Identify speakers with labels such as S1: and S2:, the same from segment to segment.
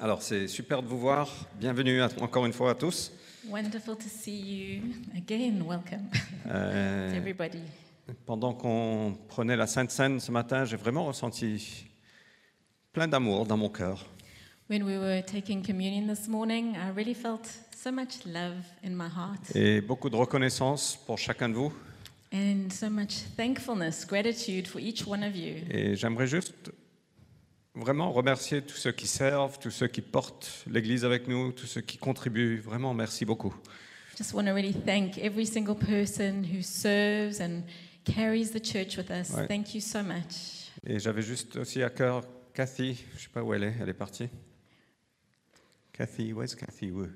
S1: Alors, c'est super de vous voir. Bienvenue à- encore une fois à tous.
S2: Wonderful to see you again. Welcome
S1: Euh,
S2: to everybody.
S1: pendant qu'on prenait la Sainte Seine ce matin, j'ai vraiment ressenti plein d'amour dans mon cœur.
S2: When we were taking communion this morning, I really felt so much love in my heart
S1: Et beaucoup de reconnaissance pour chacun de vous.
S2: and so much thankfulness, gratitude for each one of you.
S1: Et j'aimerais juste vraiment remercier tous ceux qui servent, tous ceux qui portent l'Église avec nous, tous ceux qui contribuent. Vraiment, merci beaucoup.
S2: Just want to really thank every single person who serves and carries the church with us.
S1: Right.
S2: Thank you so much.
S1: Et j'avais juste aussi à cœur Cathy, je ne sais pas où elle est, elle est partie. Cathy, where's Cathy? Where-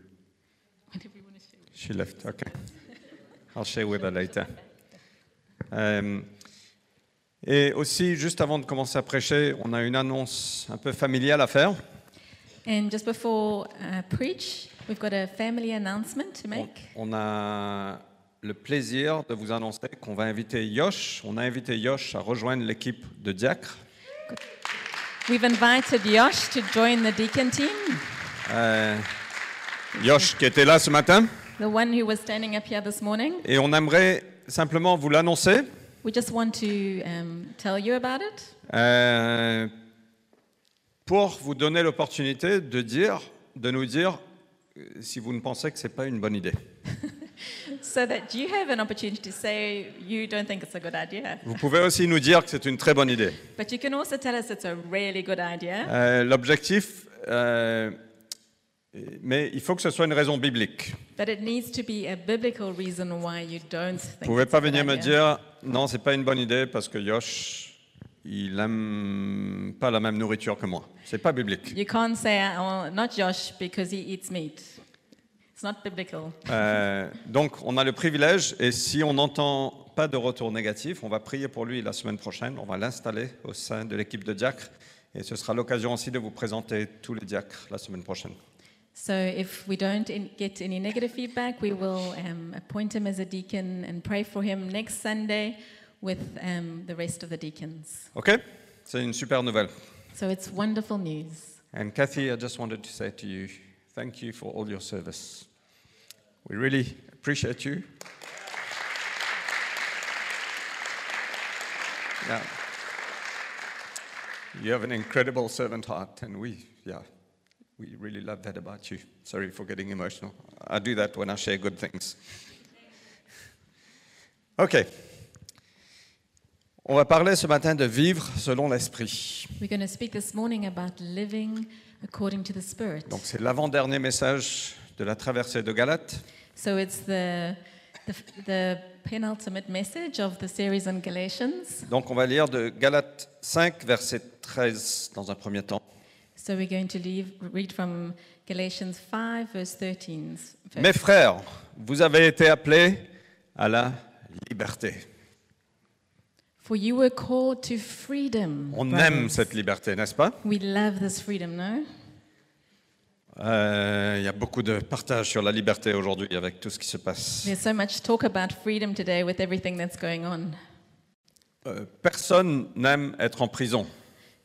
S1: She left, okay. I'll share with her later. Euh, et aussi, juste avant de commencer à prêcher, on a une annonce un peu familiale à faire.
S2: And just before I preach, we've got a family announcement to
S1: On,
S2: make.
S1: on a le plaisir de vous annoncer qu'on va inviter Yosh. On a invité Yosh à rejoindre l'équipe de Diacre.
S2: We've invited Yosh to join the deacon team.
S1: Euh, Yosh qui était là ce matin.
S2: The one who was standing up here this morning,
S1: Et on aimerait simplement vous l'annoncer.
S2: we just want to um, tell you about it
S1: Euh, pour vous donner l'opportunité de dire, de nous dire euh, si vous ne pensez que c'est pas une bonne idée.
S2: so that you have an opportunity to say you don't think it's a good idea.
S1: Vous pouvez aussi nous dire que c'est une très bonne idée.
S2: But you can also tell us it's a really good idea.
S1: Euh, L'objectif, euh, mais il faut que ce soit une raison biblique.
S2: But it needs to be a biblical reason why you don't
S1: Vous
S2: think
S1: pouvez
S2: it's
S1: Bah, pas
S2: a good
S1: venir me
S2: idea.
S1: dire non, c'est pas une bonne idée parce que Yosh, il aime pas la même nourriture que moi. C'est pas biblique.
S2: You can't say, oh, not Josh, because he eats meat. It's not biblical.
S1: Euh, donc, on a le privilège, et si on n'entend pas de retour négatif, on va prier pour lui la semaine prochaine. On va l'installer au sein de l'équipe de diacres, et ce sera l'occasion aussi de vous présenter tous les diacres la semaine prochaine.
S2: So if we don't in- get any negative feedback, we will um, appoint him as a deacon and pray for him next Sunday with um, the rest of the deacons.
S1: Ok C'est une super nouvelle.
S2: So it's wonderful news.
S1: And Kathy, I just wanted to say to you, thank you for all your service. We really appreciate you. Yeah. You have an incredible servant heart, and we, yeah, we really love that about you. Sorry for getting emotional. I do that when I share good things. Okay. On va parler ce matin de vivre selon l'esprit.
S2: We're going to speak this morning about living according to the Spirit.
S1: Donc c'est l'avant-dernier message de la traversée de Galate.
S2: So it's the, the, the penultimate message of the series on Galatians.
S1: Donc on va lire de Galate 5, verset 13 dans un premier temps.
S2: So we're going to leave, read from Galatians 5, verse 13. first.
S1: Mes frères, vous avez été appelés à la liberté.
S2: For you were called to freedom.
S1: On
S2: brothers.
S1: aime cette liberté, n'est-ce pas
S2: We love this freedom, no?
S1: Euh, Il y a beaucoup de partage sur la liberté aujourd'hui avec tout ce qui se passe.
S2: There's so much talk about freedom today with everything that's going on.
S1: Euh, personne n'aime être en prison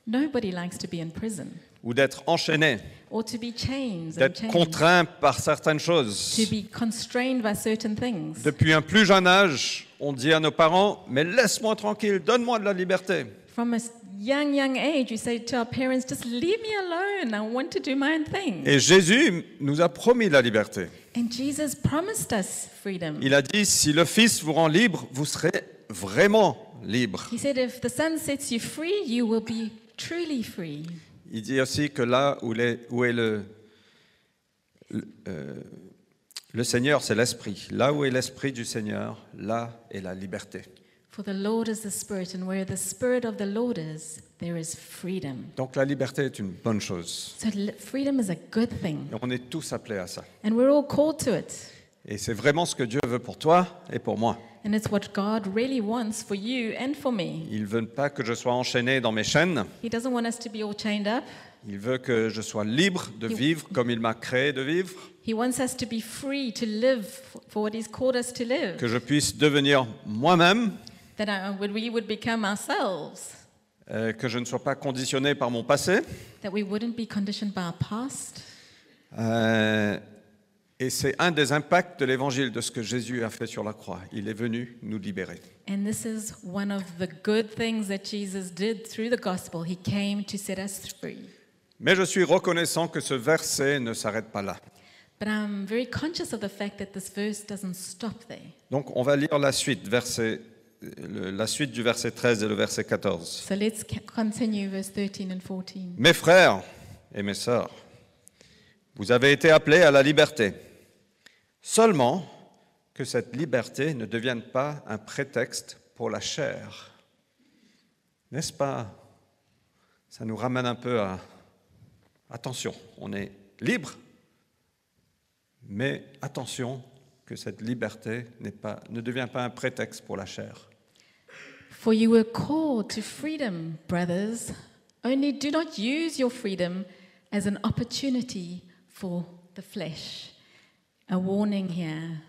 S2: Nobody likes to be in prison
S1: ou d'être enchaîné,
S2: or to be chained. and
S1: d'être
S2: chained.
S1: contraint par certaines
S2: to
S1: choses.
S2: be constrained by certain things.
S1: Depuis un plus jeune âge, on dit à nos parents, mais laisse-moi tranquille, donne-moi de la liberté.
S2: From a s- young, young age, you say to our parents, just leave me alone. I want to do my own thing.
S1: Et Jésus nous a promis la liberté.
S2: And Jesus promised us freedom.
S1: Il a dit, si le Fils vous rend libre, vous serez vraiment libre.
S2: He said, if the sun sets you free, you will be truly free.
S1: Il dit aussi que là où, les- où est le, le, euh, le Seigneur, c'est l'Esprit. Là où est l'Esprit du Seigneur, là est la liberté.
S2: For the Lord is the Spirit, and where the Spirit of the Lord is, there is freedom.
S1: Donc la liberté est une bonne chose.
S2: So li- freedom is a good thing,
S1: Et on est tous appelés à ça.
S2: and we're all called to it.
S1: Et c'est vraiment ce que Dieu veut pour toi et pour moi.
S2: And it's what God really wants for you and for me.
S1: Il ne veut pas que je sois enchaîné dans mes chaînes.
S2: He doesn't want us to be all chained up.
S1: Il veut que je sois libre de vivre comme il m'a créé de vivre.
S2: He wants us to be free to live f- for what He's called us to live,
S1: que je puisse devenir moi-même
S2: uh, that I, would, we would become ourselves
S1: euh, que je ne sois pas conditionné par mon passé.
S2: that we wouldn't be conditioned by our past.
S1: Euh, et c'est un des impacts de l'évangile, de ce que Jésus a fait sur la croix. Il est venu nous libérer.
S2: And this is one of the good things that Jesus did through the gospel. He came to set us free.
S1: Mais je suis reconnaissant que ce verset ne s'arrête pas là.
S2: But I'm very conscious of the fact that this verse doesn't stop there.
S1: Donc on va lire la suite, verset, euh, le- la suite du verset 13 et le verset 14.
S2: So let's ca- continue verse 13 and 14.
S1: Mes frères et mes sœurs, vous avez été appelés à la liberté. Seulement que cette liberté ne devienne pas un prétexte pour la chair. N'est-ce pas Ça nous ramène un peu à... Attention, on est libre, mais attention que cette liberté n'est pas, ne devienne pas un prétexte pour la chair.
S2: For you were called to freedom, brothers. Only do not use your freedom as an opportunity for the flesh. A warning here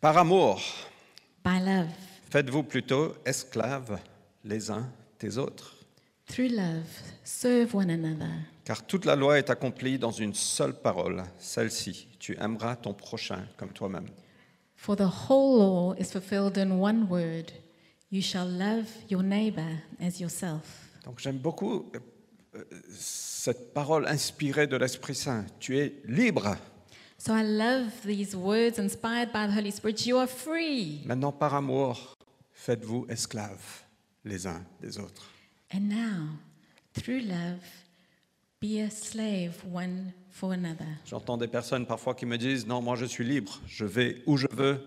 S1: Par amour,
S2: by love,
S1: Faites-vous plutôt esclaves les uns des autres,
S2: through love, serve one another.
S1: car toute la loi est accomplie dans une seule parole, celle-ci, tu aimeras ton prochain comme toi-même.
S2: For the whole law is fulfilled in one word you shall love your neighbor as yourself.
S1: Donc j'aime beaucoup euh, euh, cette parole inspirée de l'Esprit Saint, tu es libre.
S2: So I love these words inspired by the Holy Spirit. You are free.
S1: Maintenant par amour, faites-vous esclaves les uns des autres.
S2: And now, through love, be a slave one for another.
S1: J'entends des personnes parfois qui me disent, non, moi je suis libre, je vais où je veux,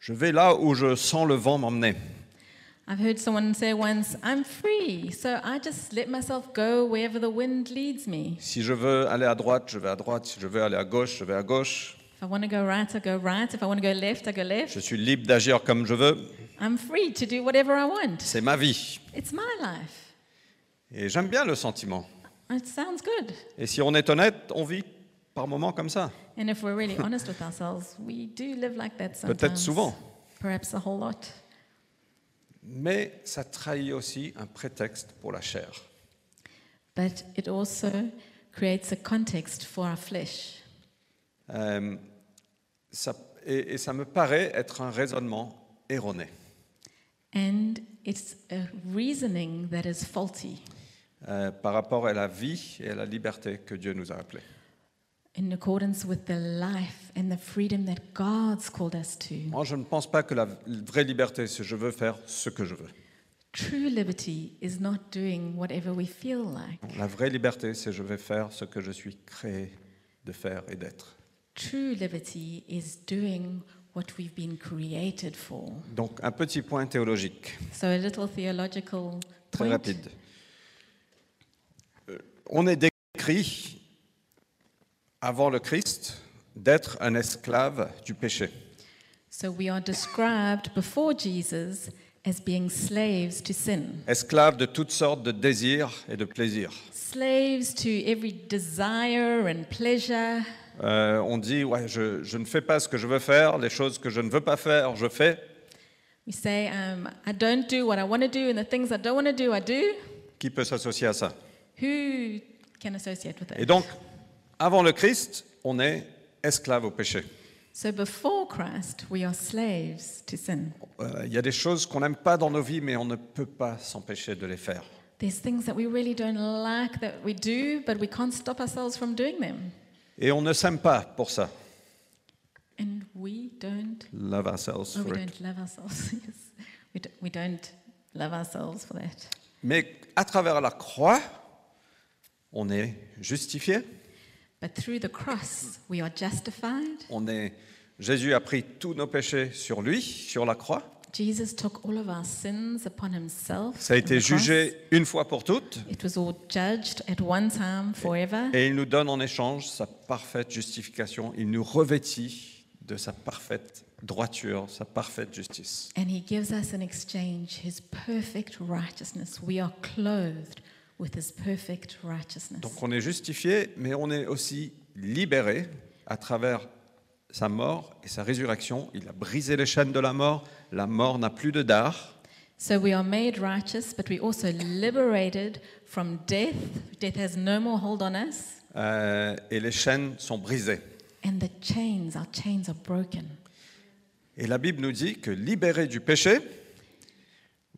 S1: je vais là où je sens le vent m'emmener.
S2: I've heard someone say once, I'm free, so I just let myself go wherever the wind leads me.
S1: Si je veux aller à droite, je vais à droite, si je veux aller à gauche, je vais à gauche.
S2: If I want to go right, I go right. If I want to go left, I go left.
S1: Je suis libre d'agir comme je veux,
S2: I'm free to do whatever I want.
S1: c'est ma vie.
S2: It's my life.
S1: Et j'aime bien le sentiment.
S2: It sounds good.
S1: Et si on est honnête, on vit par moments comme ça.
S2: And if we're really honest with ourselves, we do live like that sometimes.
S1: Peut-être souvent.
S2: Perhaps a whole lot.
S1: Mais ça trahit aussi un prétexte pour la chair.
S2: But it also creates a context for our flesh.
S1: Euh, ça- et, et ça me paraît être un raisonnement erroné.
S2: And it's a reasoning that is faulty
S1: euh, par rapport à la vie et à la liberté que Dieu nous a appelés.
S2: in accordance with the life and the freedom that God's called us to.
S1: Moi, je ne pense pas que la vraie liberté, c'est je veux faire ce que je veux.
S2: True liberty is not doing whatever we feel like.
S1: La vraie liberté, c'est je vais faire ce que je suis créé de faire et d'être.
S2: True liberty is doing what we've been created for.
S1: Donc, un petit point théologique.
S2: So a little theological
S1: Très
S2: point.
S1: rapide. Euh, On est décrit avant le Christ d'être un esclave du péché.
S2: So we are described before Jesus as being slaves to sin,
S1: Esclave de toutes sortes de désirs et de plaisirs.
S2: slaves to every desire and pleasure.
S1: Euh, on dit, ouais, je, je ne fais pas ce que je veux faire, les choses que je ne veux pas faire, je fais,
S2: We say, um, I don't do what I want to do, and the things I don't want to do, I do.
S1: qui peut s'associer à ça
S2: Who can associate with that?
S1: Et donc, avant le Christ, on est esclave au péché.
S2: so before Christ, we are slaves to sin.
S1: Euh, Il y a des choses qu'on n'aime pas dans nos vies, mais on ne peut pas s'empêcher de les faire.
S2: There's things that we really don't like that we do, but we can't stop ourselves from doing them.
S1: Et on ne s'aime pas pour ça.
S2: And we don't,
S1: Love ourselves
S2: oh, we
S1: for it.
S2: don't love ourselves. yes. we, do, we don't love ourselves for that.
S1: Mais à travers la croix, on est justifié.
S2: But through the cross, we are justified.
S1: On est Jésus a pris tous nos péchés sur lui, sur la croix.
S2: Jesus took all of our sins upon himself.
S1: Ça a
S2: on the
S1: été
S2: cross.
S1: jugé une fois pour toutes
S2: It was all judged at one time forever.
S1: et il nous donne en échange sa parfaite justification, il nous revêtit de sa parfaite droiture, sa parfaite justice.
S2: And he gives us in exchange his perfect righteousness. We are clothed with his perfect righteousness.
S1: Donc on est justifié, mais on est aussi libéré à travers sa mort et sa résurrection. Il a brisé les chaînes de la mort, la mort n'a plus de dard.
S2: So we are made righteous, but we also liberated from death. Death has no more hold on us,
S1: Euh, et les chaînes sont brisées.
S2: and the chains, our chains are broken.
S1: Et la Bible nous dit que libérés du péché,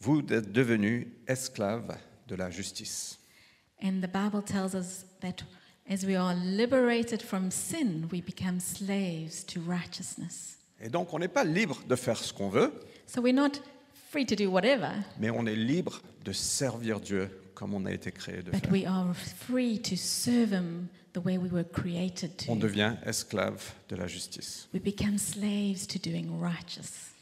S1: vous êtes devenus esclaves de la justice.
S2: And the Bible tells us that as we are liberated from sin, we become slaves to righteousness.
S1: Et donc on n'est pas libre de faire ce qu'on veut,
S2: So we're not free to do whatever,
S1: mais on est libre de servir Dieu comme on a été créé de
S2: but
S1: faire.
S2: we are free to serve Him the way we were created
S1: On
S2: to.
S1: devient esclave de la justice.
S2: We become slaves to doing righteousness.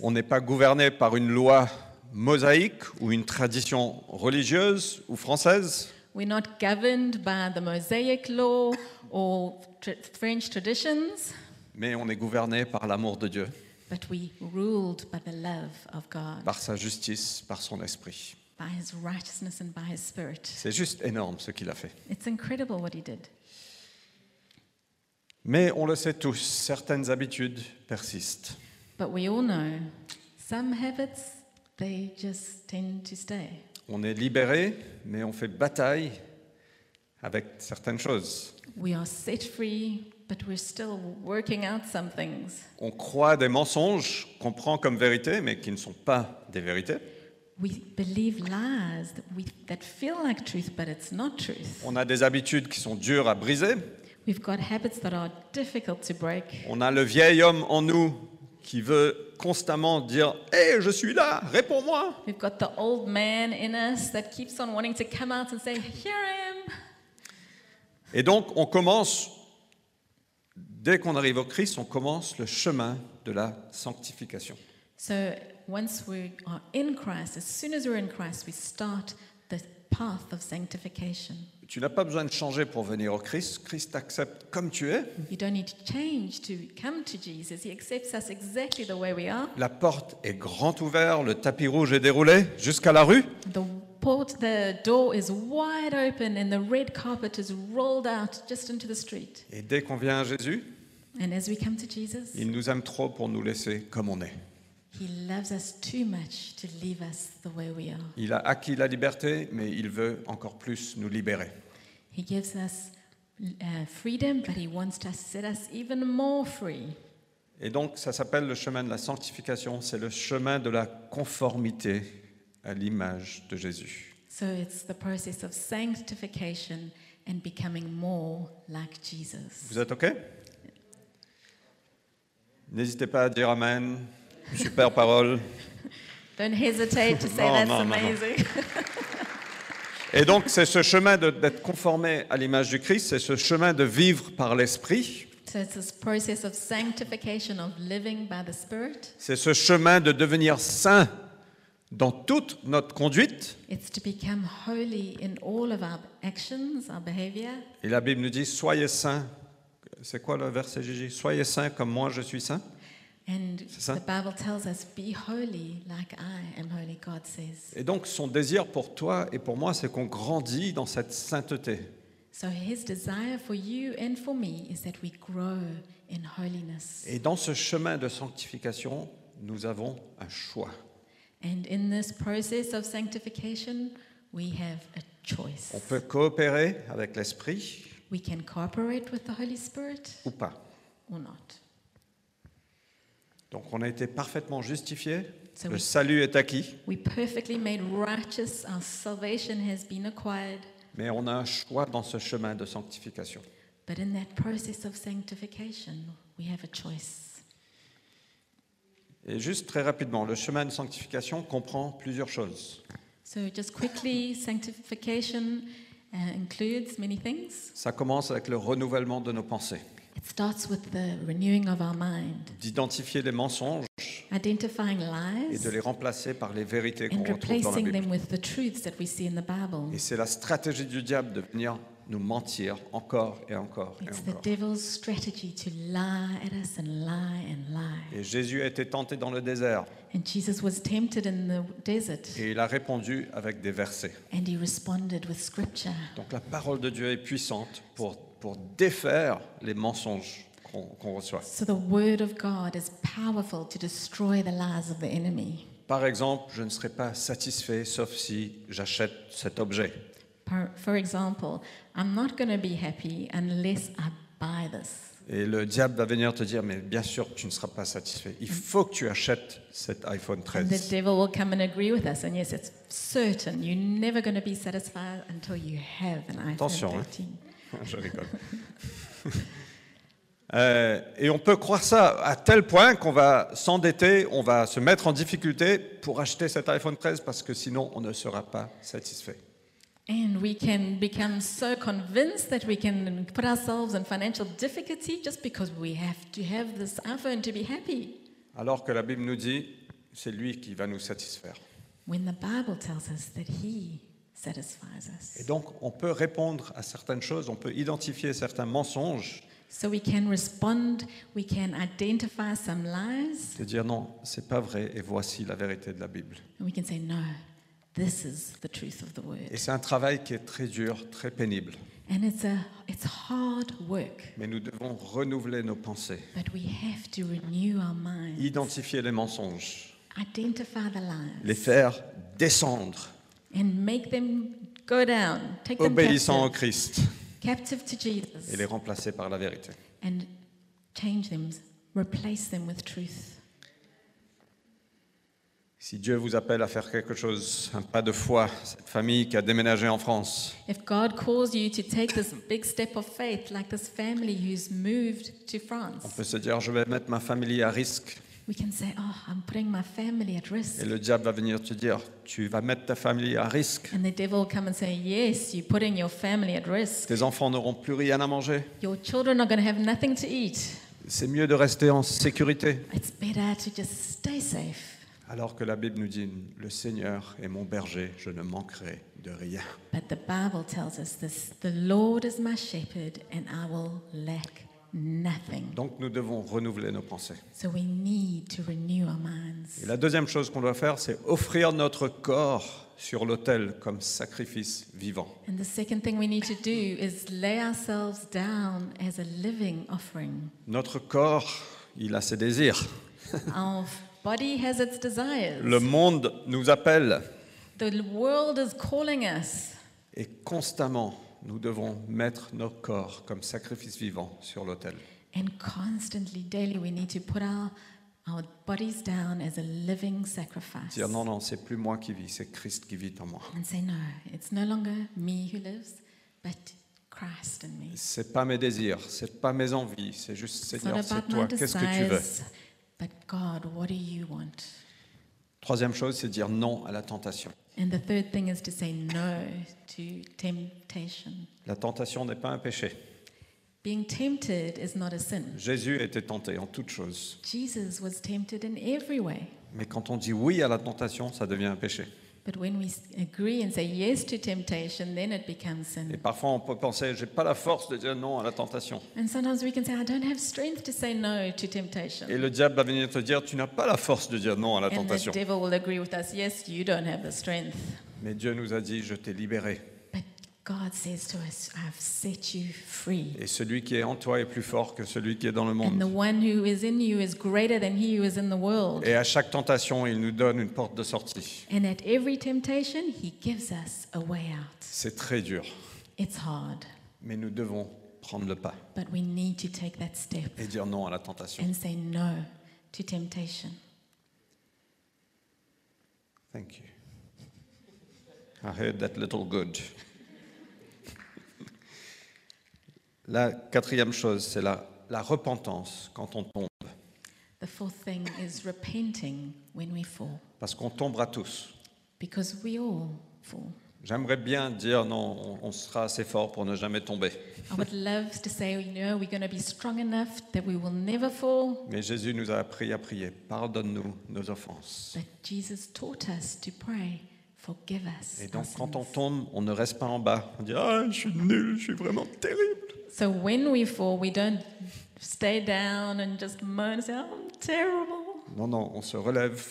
S1: On n'est pas gouverné par une loi mosaïque ou une tradition religieuse ou française.
S2: We're not governed by the Mosaic law or tr- French traditions,
S1: Mais on est gouverné par l'amour de Dieu,
S2: but we ruled by the love of God,
S1: par sa justice, par son esprit.
S2: by His righteousness and by His Spirit.
S1: C'est juste énorme ce qu'il a fait.
S2: It's incredible what He did.
S1: Mais on le sait tous, certaines habitudes persistent.
S2: But we all know some habits, they just tend to stay.
S1: On est libéré, mais on fait bataille avec certaines choses.
S2: We are set free, but we're still working out some things.
S1: On croit des mensonges qu'on prend comme vérité, mais qui ne sont pas des vérités.
S2: We believe lies that, we, that feel like truth, but it's not truth.
S1: On a des habitudes qui sont dures à briser.
S2: We've got habits that are difficult to break.
S1: On a le vieil homme en nous qui veut constamment dire Hé, je suis là, réponds-moi
S2: We've got the old man in us that keeps on wanting to come out and say, Here I am.
S1: Et donc, on commence, dès qu'on arrive au Christ, on commence le chemin de la sanctification.
S2: So once we are in Christ, as soon as we're in Christ, we start the path of sanctification.
S1: Tu n'as pas besoin de changer pour venir au Christ. Christ t'accepte comme tu es.
S2: You don't need to change to come to Jesus. He accepts us exactly the way we are.
S1: La porte est grand ouverte, le tapis rouge est déroulé jusqu'à la rue.
S2: The port, the door is wide open, and the red carpet is rolled out just into the street.
S1: Et dès qu'on vient à Jésus,
S2: And as we come to Jesus,
S1: il nous aime trop pour nous laisser comme on est.
S2: He loves us too much to leave us the way we are.
S1: Il a acquis la liberté, mais il veut encore plus nous libérer.
S2: He gives us uh, freedom, but He wants to set us even more free.
S1: Et donc, ça s'appelle le chemin de la sanctification, c'est le chemin de la conformité à l'image de Jésus.
S2: So it's the process of sanctification and becoming more like Jesus.
S1: Vous êtes OK N'hésitez pas à dire Amen. Super parole.
S2: Don't hesitate to say
S1: No,
S2: that's
S1: no, no, no.
S2: amazing.
S1: Et donc, c'est ce chemin de- d'être conformé à l'image du Christ, c'est ce chemin de vivre par l'esprit,
S2: So it's this process of sanctification, of living by the Spirit.
S1: c'est ce chemin de devenir saint dans toute notre conduite.
S2: It's to become holy in all of our actions, our behavior.
S1: Et la Bible nous dit Soyez saints. C'est quoi le verset Gigi Soyez saints comme moi je suis saint.
S2: And
S1: C'est ça.
S2: the Bible tells us, be holy like I am holy, God says.
S1: Et donc, son désir pour toi et pour moi, c'est qu'on grandit dans cette sainteté.
S2: So his desire for you and for me is that we grow in holiness.
S1: Et dans ce chemin de sanctification, nous avons un choix.
S2: And in this process of sanctification, we have a choice.
S1: On peut coopérer avec l'esprit
S2: We can cooperate with the Holy Spirit
S1: ou pas.
S2: or not.
S1: Donc, on a été parfaitement justifié.
S2: So
S1: Le
S2: we-
S1: salut est acquis,
S2: We perfectly made righteous, our salvation has been acquired.
S1: mais on a un choix dans ce chemin de sanctification.
S2: But in that process of sanctification, we have a choice.
S1: Et juste très rapidement, le chemin de sanctification comprend plusieurs choses.
S2: So, just quickly, sanctification uh, includes many things.
S1: Ça commence avec le renouvellement de nos pensées,
S2: It starts with the renewing of our mind,
S1: d'identifier les mensonges
S2: identifying
S1: et
S2: lies,
S1: de les remplacer par les vérités qu'on
S2: and
S1: retrouve dans la
S2: replacing
S1: Bible.
S2: them with the truths that we see in the Bible.
S1: Et c'est la stratégie du diable de venir nous mentir encore et encore et
S2: It's the
S1: encore.
S2: devil's strategy to lie at us and lie and lie.
S1: Et Jésus a été tenté dans le désert
S2: And Jesus was tempted in the desert,
S1: et il a répondu avec des versets.
S2: and he responded with scripture.
S1: Donc la parole de Dieu est puissante pour, pour défaire les mensonges qu'on qu'on reçoit.
S2: So, the word of God is powerful to destroy the lies of the enemy.
S1: Par exemple, je ne serai pas satisfait sauf si j'achète cet objet.
S2: Par- For example, I'm not going to be happy unless I buy this.
S1: Et le diable va venir te dire, mais bien sûr, tu ne seras pas satisfait. Il faut que tu achètes cet iPhone
S2: And the
S1: 13.
S2: devil will come and agree with us. And yes, it's certain you're never going to be satisfied until you have an iPhone
S1: Attention, hein.
S2: 13.
S1: Je rigole. Euh, et on peut croire ça à tel point qu'on va s'endetter, on va se mettre en difficulté pour acheter cet iPhone 13 parce que sinon on ne sera pas satisfait.
S2: And we can become so convinced that we can put ourselves in financial difficulty just because we have to have this iPhone to be happy.
S1: Alors que la Bible nous dit, c'est lui qui va nous satisfaire.
S2: When the Bible tells us that He satisfies us.
S1: Et donc on peut répondre à certaines choses, on peut identifier certains mensonges,
S2: So we can respond, we can identify some lies,
S1: de dire non, c'est pas vrai et voici la vérité de la Bible.
S2: and we can say, no, this is the truth of the word.
S1: Et c'est un travail qui est très dur, très pénible.
S2: And it's, a, it's hard work,
S1: Mais nous devons renouveler nos pensées,
S2: but we have to renew our mind,
S1: identifier les mensonges,
S2: identify the lies,
S1: les faire descendre,
S2: and make them go down, take them
S1: obéissant au
S2: captive,
S1: Christ,
S2: captive to Jesus,
S1: et les remplacer par la vérité.
S2: and change them, replace them with truth.
S1: Si Dieu vous appelle à faire quelque chose, un pas de foi, cette famille qui a déménagé en France,
S2: If God calls you to take this big step of faith, like this family who's moved to France,
S1: on peut se dire je vais mettre ma famille à risque,
S2: We can say, Oh, I'm putting my family at
S1: et
S2: risk.
S1: le diable va venir te dire tu vas mettre ta famille à risque,
S2: And the devil will come and say, Yes, you're putting your family at risk.
S1: tes enfants n'auront plus rien à manger,
S2: Your children are going to have nothing to eat.
S1: c'est mieux de rester en sécurité.
S2: It's better to just stay safe.
S1: Alors que la Bible nous dit le Seigneur est mon berger, je ne manquerai de rien.
S2: But the Bible tells us this the Lord is my shepherd, and I will lack nothing.
S1: Donc nous devons renouveler nos pensées.
S2: So we need to renew our minds.
S1: Et la deuxième chose qu'on doit faire, c'est offrir notre corps sur l'autel comme sacrifice vivant.
S2: And the second thing we need to do is lay ourselves down as a living offering.
S1: Notre corps, il a ses désirs.
S2: our body has its desires.
S1: Le monde nous appelle
S2: The world is calling us.
S1: et constamment, nous devons mettre nos corps comme sacrifice vivant sur l'autel.
S2: And constantly, daily, we need to put our, our bodies down as a living sacrifice.
S1: Dire non, non, c'est plus moi qui vis, c'est Christ qui vit en moi.
S2: And say, no, it's no longer me who lives, but Christ in me.
S1: C'est pas mes désirs, c'est pas mes envies, c'est juste
S2: It's not
S1: Seigneur, c'est
S2: about my
S1: toi. Qu'est-ce que tu veux
S2: desires, but God, what do you want?
S1: Troisième chose, c'est dire non à la tentation.
S2: And the third thing is to say no to temptation.
S1: La tentation n'est pas un péché.
S2: Being tempted is not a sin.
S1: Jésus était tenté en toutes choses.
S2: Jesus was tempted in every way.
S1: Mais quand on dit oui à la tentation, ça devient un péché.
S2: But when we s- agree and say yes to temptation, then it becomes sin.
S1: Et parfois, on peut penser, j'ai pas la force de dire non à la tentation.
S2: And sometimes we can say, I don't have strength to say no to
S1: Et
S2: temptation.
S1: le diable va venir te dire, tu n'as pas la force de dire non à la
S2: And the
S1: tentation.
S2: devil will agree with us, yes, you don't have the strength.
S1: Mais Dieu nous a dit, je t'ai libéré.
S2: But God says to us, I've set you free.
S1: Et celui qui est en toi est plus fort que celui qui est dans le
S2: And the
S1: monde.
S2: one who is in you is greater than he who is in the world.
S1: Et à chaque tentation, il nous donne une porte de sortie.
S2: And at every temptation, he gives us a way out.
S1: C'est très dur,
S2: It's hard,
S1: mais nous devons prendre le pas
S2: but we need to take that step
S1: et dire non à la tentation.
S2: and say no to temptation.
S1: Thank you. I heard that little good. La quatrième chose, c'est la, la repentance quand on tombe.
S2: The fourth thing is repenting when we fall,
S1: Parce qu'on tombera tous.
S2: because we all fall.
S1: J'aimerais bien dire non, on, on sera assez fort pour ne jamais tomber.
S2: I would love to say, you know, we're going to be strong enough that we will never fall.
S1: Mais Jésus nous a appris à prier. Pardonne-nous nos offenses.
S2: But Jesus taught us to pray, forgive us.
S1: Et
S2: our
S1: donc quand on
S2: sins."
S1: tombe, on ne reste pas en bas. On dit Ah, je suis nul, je suis vraiment terrible.
S2: So when we fall, we don't stay down and just moan and say, oh, I'm terrible.
S1: Non, non, on se relève.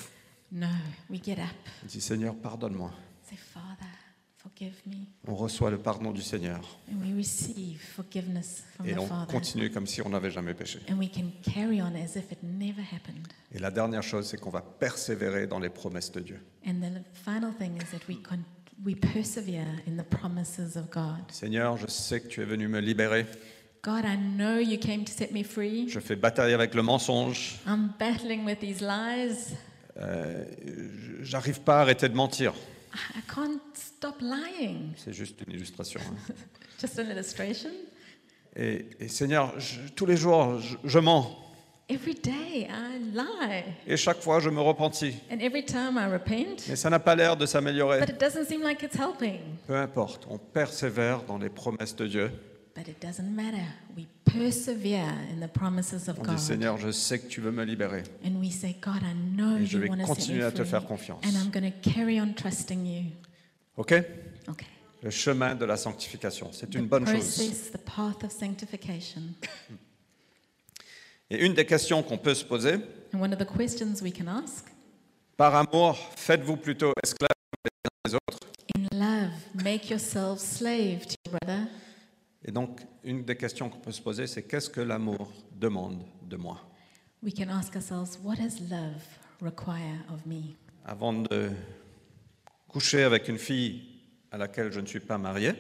S2: No, we get up,
S1: On dit Seigneur, pardonne-moi.
S2: say, Father, forgive me.
S1: On reçoit le pardon du Seigneur.
S2: And we receive forgiveness from
S1: Et
S2: the
S1: on
S2: Father.
S1: continue comme si on n'avait jamais péché.
S2: And we can carry on as if it never happened.
S1: Et la dernière chose, c'est qu'on va persévérer dans les promesses de Dieu.
S2: And the final thing is that we, con- we persevere in the promises of God.
S1: Seigneur, je sais que tu es venu me libérer.
S2: God, I know you came to set me free.
S1: Je fais bataille avec le mensonge.
S2: I'm battling with these lies.
S1: Euh, J'arrive pas à arrêter de mentir.
S2: I I can't stop lying.
S1: C'est juste une illustration. hein.
S2: Just an illustration.
S1: Et, et Seigneur, je- tous les jours, je, je mens.
S2: Every day I lie.
S1: Et chaque fois, je me repentis.
S2: And every time I repent,
S1: Mais ça n'a pas l'air de s'améliorer.
S2: but it doesn't seem like it's helping.
S1: Peu importe, on persévère dans les promesses de Dieu.
S2: But it doesn't matter. We persevere in the promises of
S1: On dit
S2: God.
S1: Seigneur, je sais que tu veux me libérer.
S2: And we say, God, I know
S1: Et je
S2: you
S1: vais
S2: want to set me
S1: continuer à te
S2: free.
S1: faire confiance.
S2: And I'm going to carry on trusting you.
S1: OK
S2: Okay.
S1: Le chemin de la sanctification, c'est une
S2: the
S1: bonne
S2: process,
S1: chose.
S2: the path of sanctification.
S1: Et une des questions qu'on peut se poser,
S2: And one of the questions we can ask
S1: par amour, faites-vous plutôt esclaves les uns des autres
S2: in love, make yourself slave to your brother.
S1: Et donc, une des questions qu'on peut se poser, c'est qu'est-ce que l'amour demande de moi
S2: We can ask ourselves, what does love require of me?
S1: Avant de coucher avec une fille à laquelle je ne suis pas marié,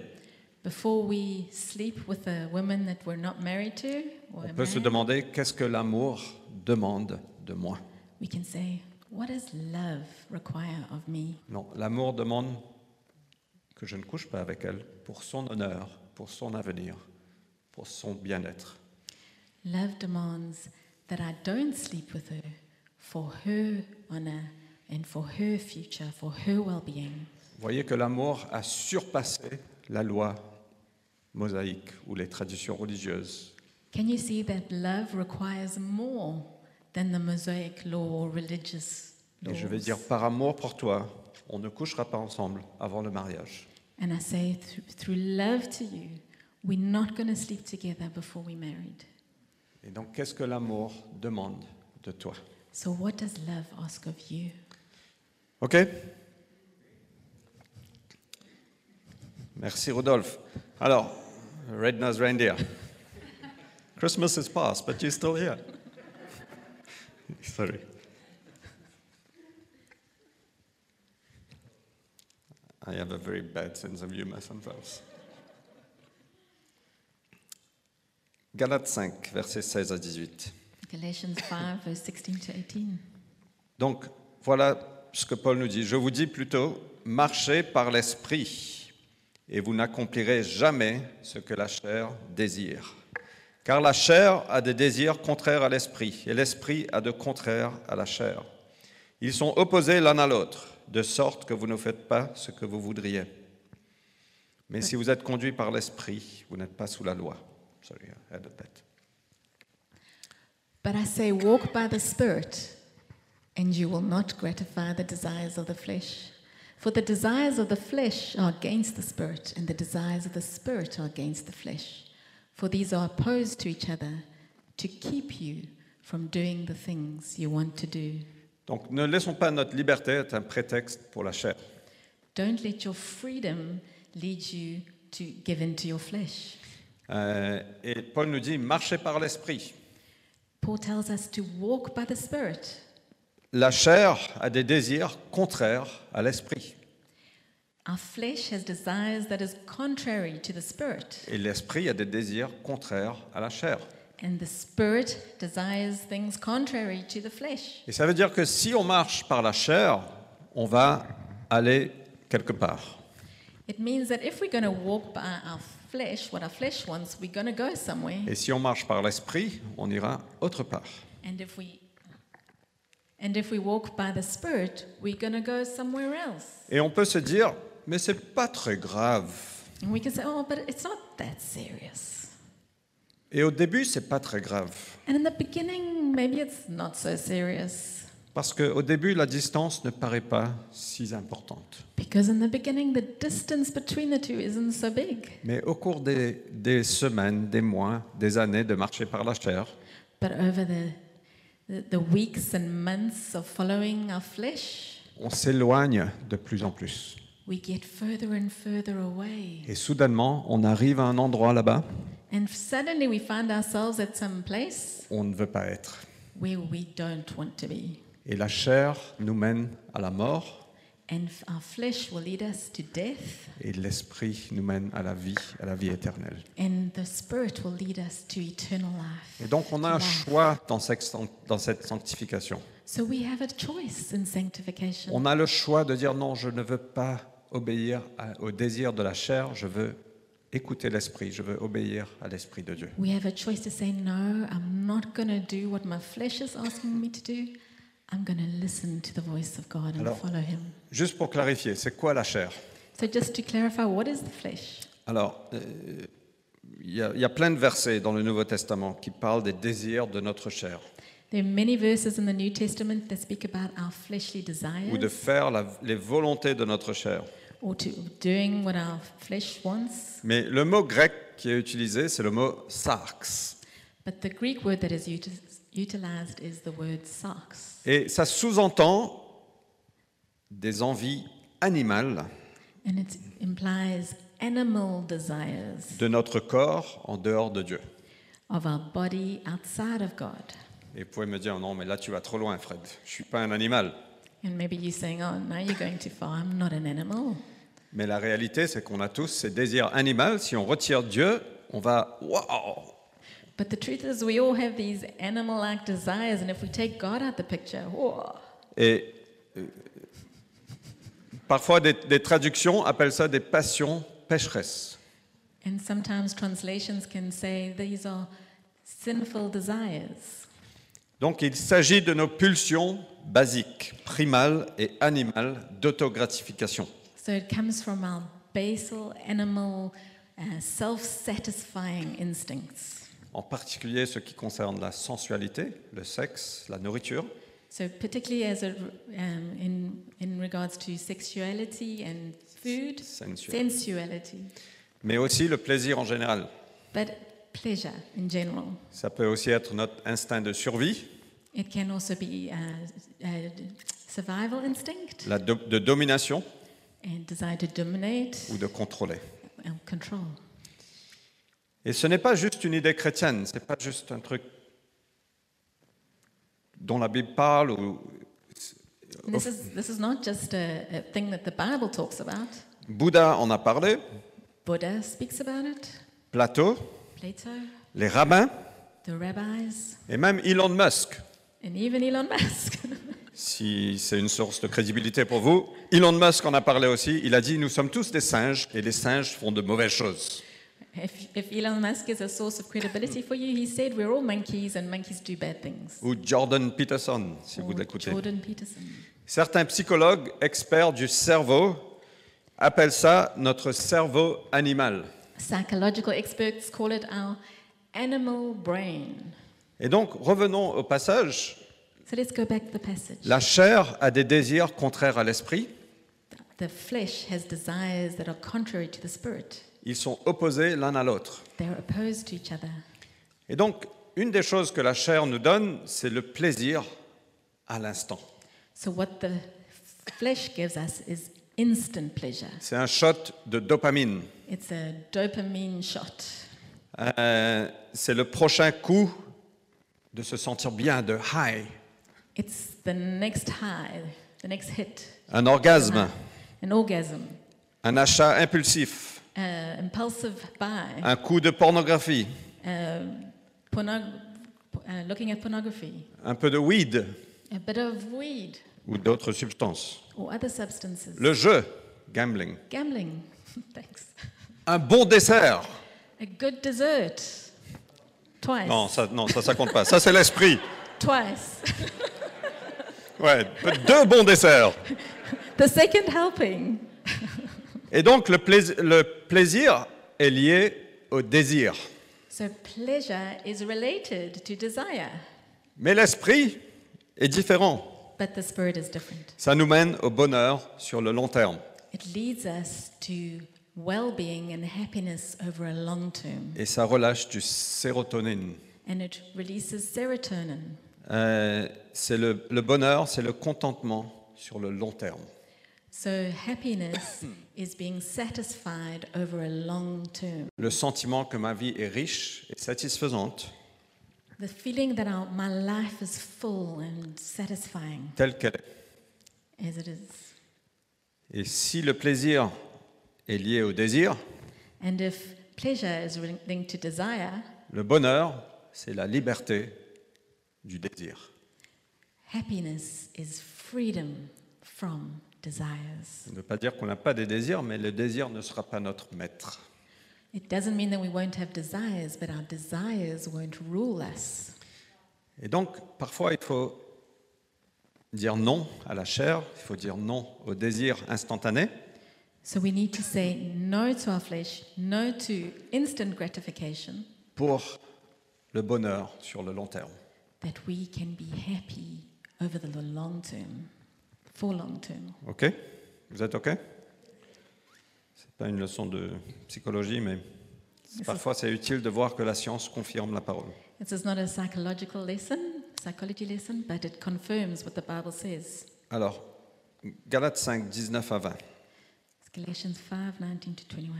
S2: Before we sleep with a woman that we're not married to, or
S1: on peut se
S2: married,
S1: demander qu'est-ce que l'amour demande de moi
S2: we can say, what does love require of me?
S1: Non, l'amour demande que je ne couche pas avec elle pour son honneur, pour son avenir, pour son bien-être.
S2: Love demands that I don't sleep with her for her honor and for her future, for her well being.
S1: Vous voyez que l'amour a surpassé la loi mosaïque ou les traditions religieuses.
S2: Can you see that love requires more than the Mosaic law or religious
S1: Et
S2: laws?
S1: je vais dire par amour pour toi, on ne couchera pas ensemble avant le mariage.
S2: And I say, through, through love to you, we're not going to sleep together before we're married.
S1: Et donc qu'est-ce que l'amour demande de toi
S2: So, what does love ask of you?
S1: OK Merci Rodolphe. Alors, Red Nose Reindeer. Christmas is past, but you're still here. Sorry. I have a very bad sense of humor sometimes. Galates 5, versets 16 à 18.
S2: Galatians 5, verse 16 to 18.
S1: Donc voilà ce que Paul nous dit. Je vous dis plutôt, marchez par l'esprit et vous n'accomplirez jamais ce que la chair désire. Car la chair a des désirs contraires à l'esprit et l'esprit a de contraires à la chair. Ils sont opposés l'un à l'autre, de sorte que vous ne faites pas ce que vous voudriez. Mais si vous êtes conduit par l'esprit, vous n'êtes pas sous la loi. Sorry, I added that.
S2: But I say, walk by the Spirit, and you will not gratify the desires of the flesh. For the desires of the flesh are against the Spirit, and the desires of the Spirit are against the flesh. For these are opposed to each other to keep you from doing the things you want to do.
S1: Donc ne laissons pas notre liberté être un prétexte pour la chair.
S2: Don't let your freedom lead you to give in to your flesh.
S1: Euh, et Paul nous dit, marchez par l'esprit.
S2: Paul tells us to walk by the Spirit.
S1: La chair a des désirs contraires à l'esprit.
S2: Our flesh has desires that is contrary to the Spirit.
S1: Et l'esprit a des désirs contraires à la chair.
S2: And the spirit desires things contrary to the flesh.
S1: Et ça veut dire que si on marche par la chair, on va aller quelque part.
S2: It means that if we're going to walk by our flesh, what our flesh wants, we're going to go somewhere.
S1: Et si on marche par l'esprit, on ira autre part.
S2: And if we and if we walk by the spirit, we're going to go somewhere else.
S1: Et on peut se dire, mais c'est pas très grave.
S2: And we can say, "Oh, but it's not that serious."
S1: Et au début, c'est pas très grave.
S2: And in the beginning, maybe it's not so serious
S1: Parce qu'au début, la distance ne paraît pas si importante.
S2: because in the beginning the distance between the two isn't so big.
S1: Mais au cours des, des semaines, des mois, des années de marcher par la chair,
S2: But over the the, the weeks and months of following our flesh,
S1: on s'éloigne de plus en plus.
S2: We get further and further away.
S1: Et soudainement, on arrive à un endroit là-bas
S2: And suddenly we find ourselves at some place
S1: où on ne veut pas être.
S2: where we don't want to be.
S1: Et la chair nous mène à la mort
S2: And f- our flesh will lead us to death,
S1: et l'esprit nous mène à la vie, à la vie éternelle.
S2: and the spirit will lead us to eternal life.
S1: Et donc on a un choix dans cette san- dans cette sanctification.
S2: So we have a choice in sanctification.
S1: On a le choix de dire non, je ne veux pas obéir à- au désir de la chair, je veux écouter l'esprit, je veux obéir à l'esprit de Dieu.
S2: We have a choice to say, No, I'm not going to do what my flesh is asking me to do. I'm going to listen to the voice of God and
S1: Alors-
S2: follow Him.
S1: Juste pour clarifier, c'est quoi la chair
S2: So, just to clarify, what is the flesh?
S1: Alors, euh, il y, a- il y a plein de versets dans le Nouveau Testament qui parlent des désirs de notre chair
S2: There are many verses in the New Testament that speak about our fleshly
S1: ou de
S2: desires
S1: faire la- les volontés de notre chair.
S2: or to doing what our flesh wants.
S1: Mais le mot grec qui est utilisé, c'est le mot sarx.
S2: But the Greek word that is uti- utilized is the word sarx,
S1: Et ça sous-entend des envies animales
S2: and it implies animal desires
S1: de notre corps en dehors de Dieu.
S2: of our body outside of God.
S1: Et vous pouvez me dire, non, mais là tu vas trop loin, Fred. Je suis pas un animal.
S2: And maybe you're saying, oh, now you're going too far. I'm not an animal.
S1: Mais la réalité, c'est qu'on a tous ces désirs animaux. Si on retire Dieu, on va, waouh,
S2: But the truth is, we all have these animal like desires. And if we take God out the picture, whoa,
S1: Et euh, parfois, des, des traductions appellent ça des passions pécheresses.
S2: and sometimes translations can say these are sinful desires.
S1: Donc, il s'agit de nos pulsions basiques, primales et animales d'autogratification.
S2: So it comes from our basal animal uh, self satisfying instincts.
S1: En particulier ce qui concerne la sensualité, le sexe, la nourriture.
S2: So, particularly as a, um, in, in regards to sexuality and food,
S1: Sensual.
S2: sensuality,
S1: Mais aussi le plaisir en général.
S2: but pleasure in general.
S1: Ça peut aussi être notre instinct de survie,
S2: It can also be uh, uh, survival instinct
S1: la do- de domination
S2: and desire to dominate
S1: ou de contrôler.
S2: and control.
S1: Et ce n'est pas juste une idée chrétienne, ce n'est pas juste un truc dont la Bible parle. Ou...
S2: And this is this is not just a, a thing that the Bible talks about.
S1: Bouddha en a parlé,
S2: Buddha speaks about it.
S1: Plato,
S2: Plato,
S1: les rabbins
S2: the rabbis,
S1: et même Elon Musk.
S2: and even Elon Musk.
S1: Si c'est une source de crédibilité pour vous, Elon Musk en a parlé aussi. Il a dit Nous sommes tous des singes et les singes font de mauvaises choses.
S2: if, if Elon Musk is a source of credibility for you, he said we're all monkeys and monkeys do bad things.
S1: Ou Jordan Peterson, si vous
S2: Or
S1: l'écoutez.
S2: Jordan Peterson.
S1: Certains psychologues experts du cerveau appellent ça notre cerveau animal.
S2: Psychological experts call it our animal brain.
S1: Et donc, revenons au passage.
S2: So let's go back to the passage.
S1: La chair a des désirs contraires à l'esprit.
S2: The flesh has desires that are contrary to the spirit.
S1: Ils sont opposés l'un à l'autre.
S2: They're opposed to each other.
S1: Et donc, une des choses que la chair nous donne, c'est le plaisir à l'instant.
S2: So what the flesh gives us is instant pleasure.
S1: C'est un shot de dopamine.
S2: It's a dopamine shot.
S1: Euh, c'est le prochain coup de se sentir bien, de high,
S2: It's the next high, the next hit.
S1: un orgasme,
S2: An orgasm,
S1: un achat impulsif,
S2: uh, impulsive buy,
S1: un coup de pornographie,
S2: porno- uh, looking at pornography,
S1: un peu de weed
S2: a bit of weed
S1: ou d'autres substances.
S2: or other substances,
S1: Le jeu, gambling.
S2: gambling, thanks,
S1: Un bon dessert.
S2: a good dessert, twice,
S1: Non, ça, non, ça, ça compte pas. Ça, c'est l'esprit.
S2: twice.
S1: Ouais, deux bons desserts.
S2: The second helping.
S1: Et donc, le, plais- le plaisir est lié au désir.
S2: So pleasure is related to desire,
S1: Mais l'esprit est différent.
S2: but the spirit is different.
S1: Ça nous mène au bonheur sur le long terme.
S2: It leads us to well-being and happiness over a long term,
S1: Et ça relâche du sérotonine.
S2: and it releases serotonin.
S1: Euh, c'est le, le bonheur, c'est le contentement sur le long terme.
S2: So happiness is being satisfied over a long term.
S1: Le sentiment que ma vie est riche et satisfaisante
S2: The feeling that our, my life is full and satisfying
S1: telle qu'elle est.
S2: as it is.
S1: Et si le plaisir est lié au désir,
S2: And if pleasure is re- linked to desire,
S1: le bonheur, c'est la liberté du désir.
S2: happiness is freedom from desires.
S1: Ça ne veut pas dire qu'on n'a pas des désirs, mais le désir ne sera pas notre maître.
S2: It doesn't mean that we won't have desires, but our desires won't rule us.
S1: Et donc, parfois, il faut dire non à la chair, il faut dire non au désir instantané,
S2: So we need to say no to our flesh, no to instant gratification,
S1: pour le bonheur sur le long terme.
S2: that we can be happy over the long term, for long term.
S1: OK Vous êtes OK C'est pas une leçon de psychologie, mais
S2: Yes.
S1: parfois c'est utile de voir que la science confirme la parole.
S2: This is not a psychological lesson, psychology lesson, but it confirms what the Bible says.
S1: Alors, Galates 5, 19 à 20.
S2: It's Galatians 5 19 to 21.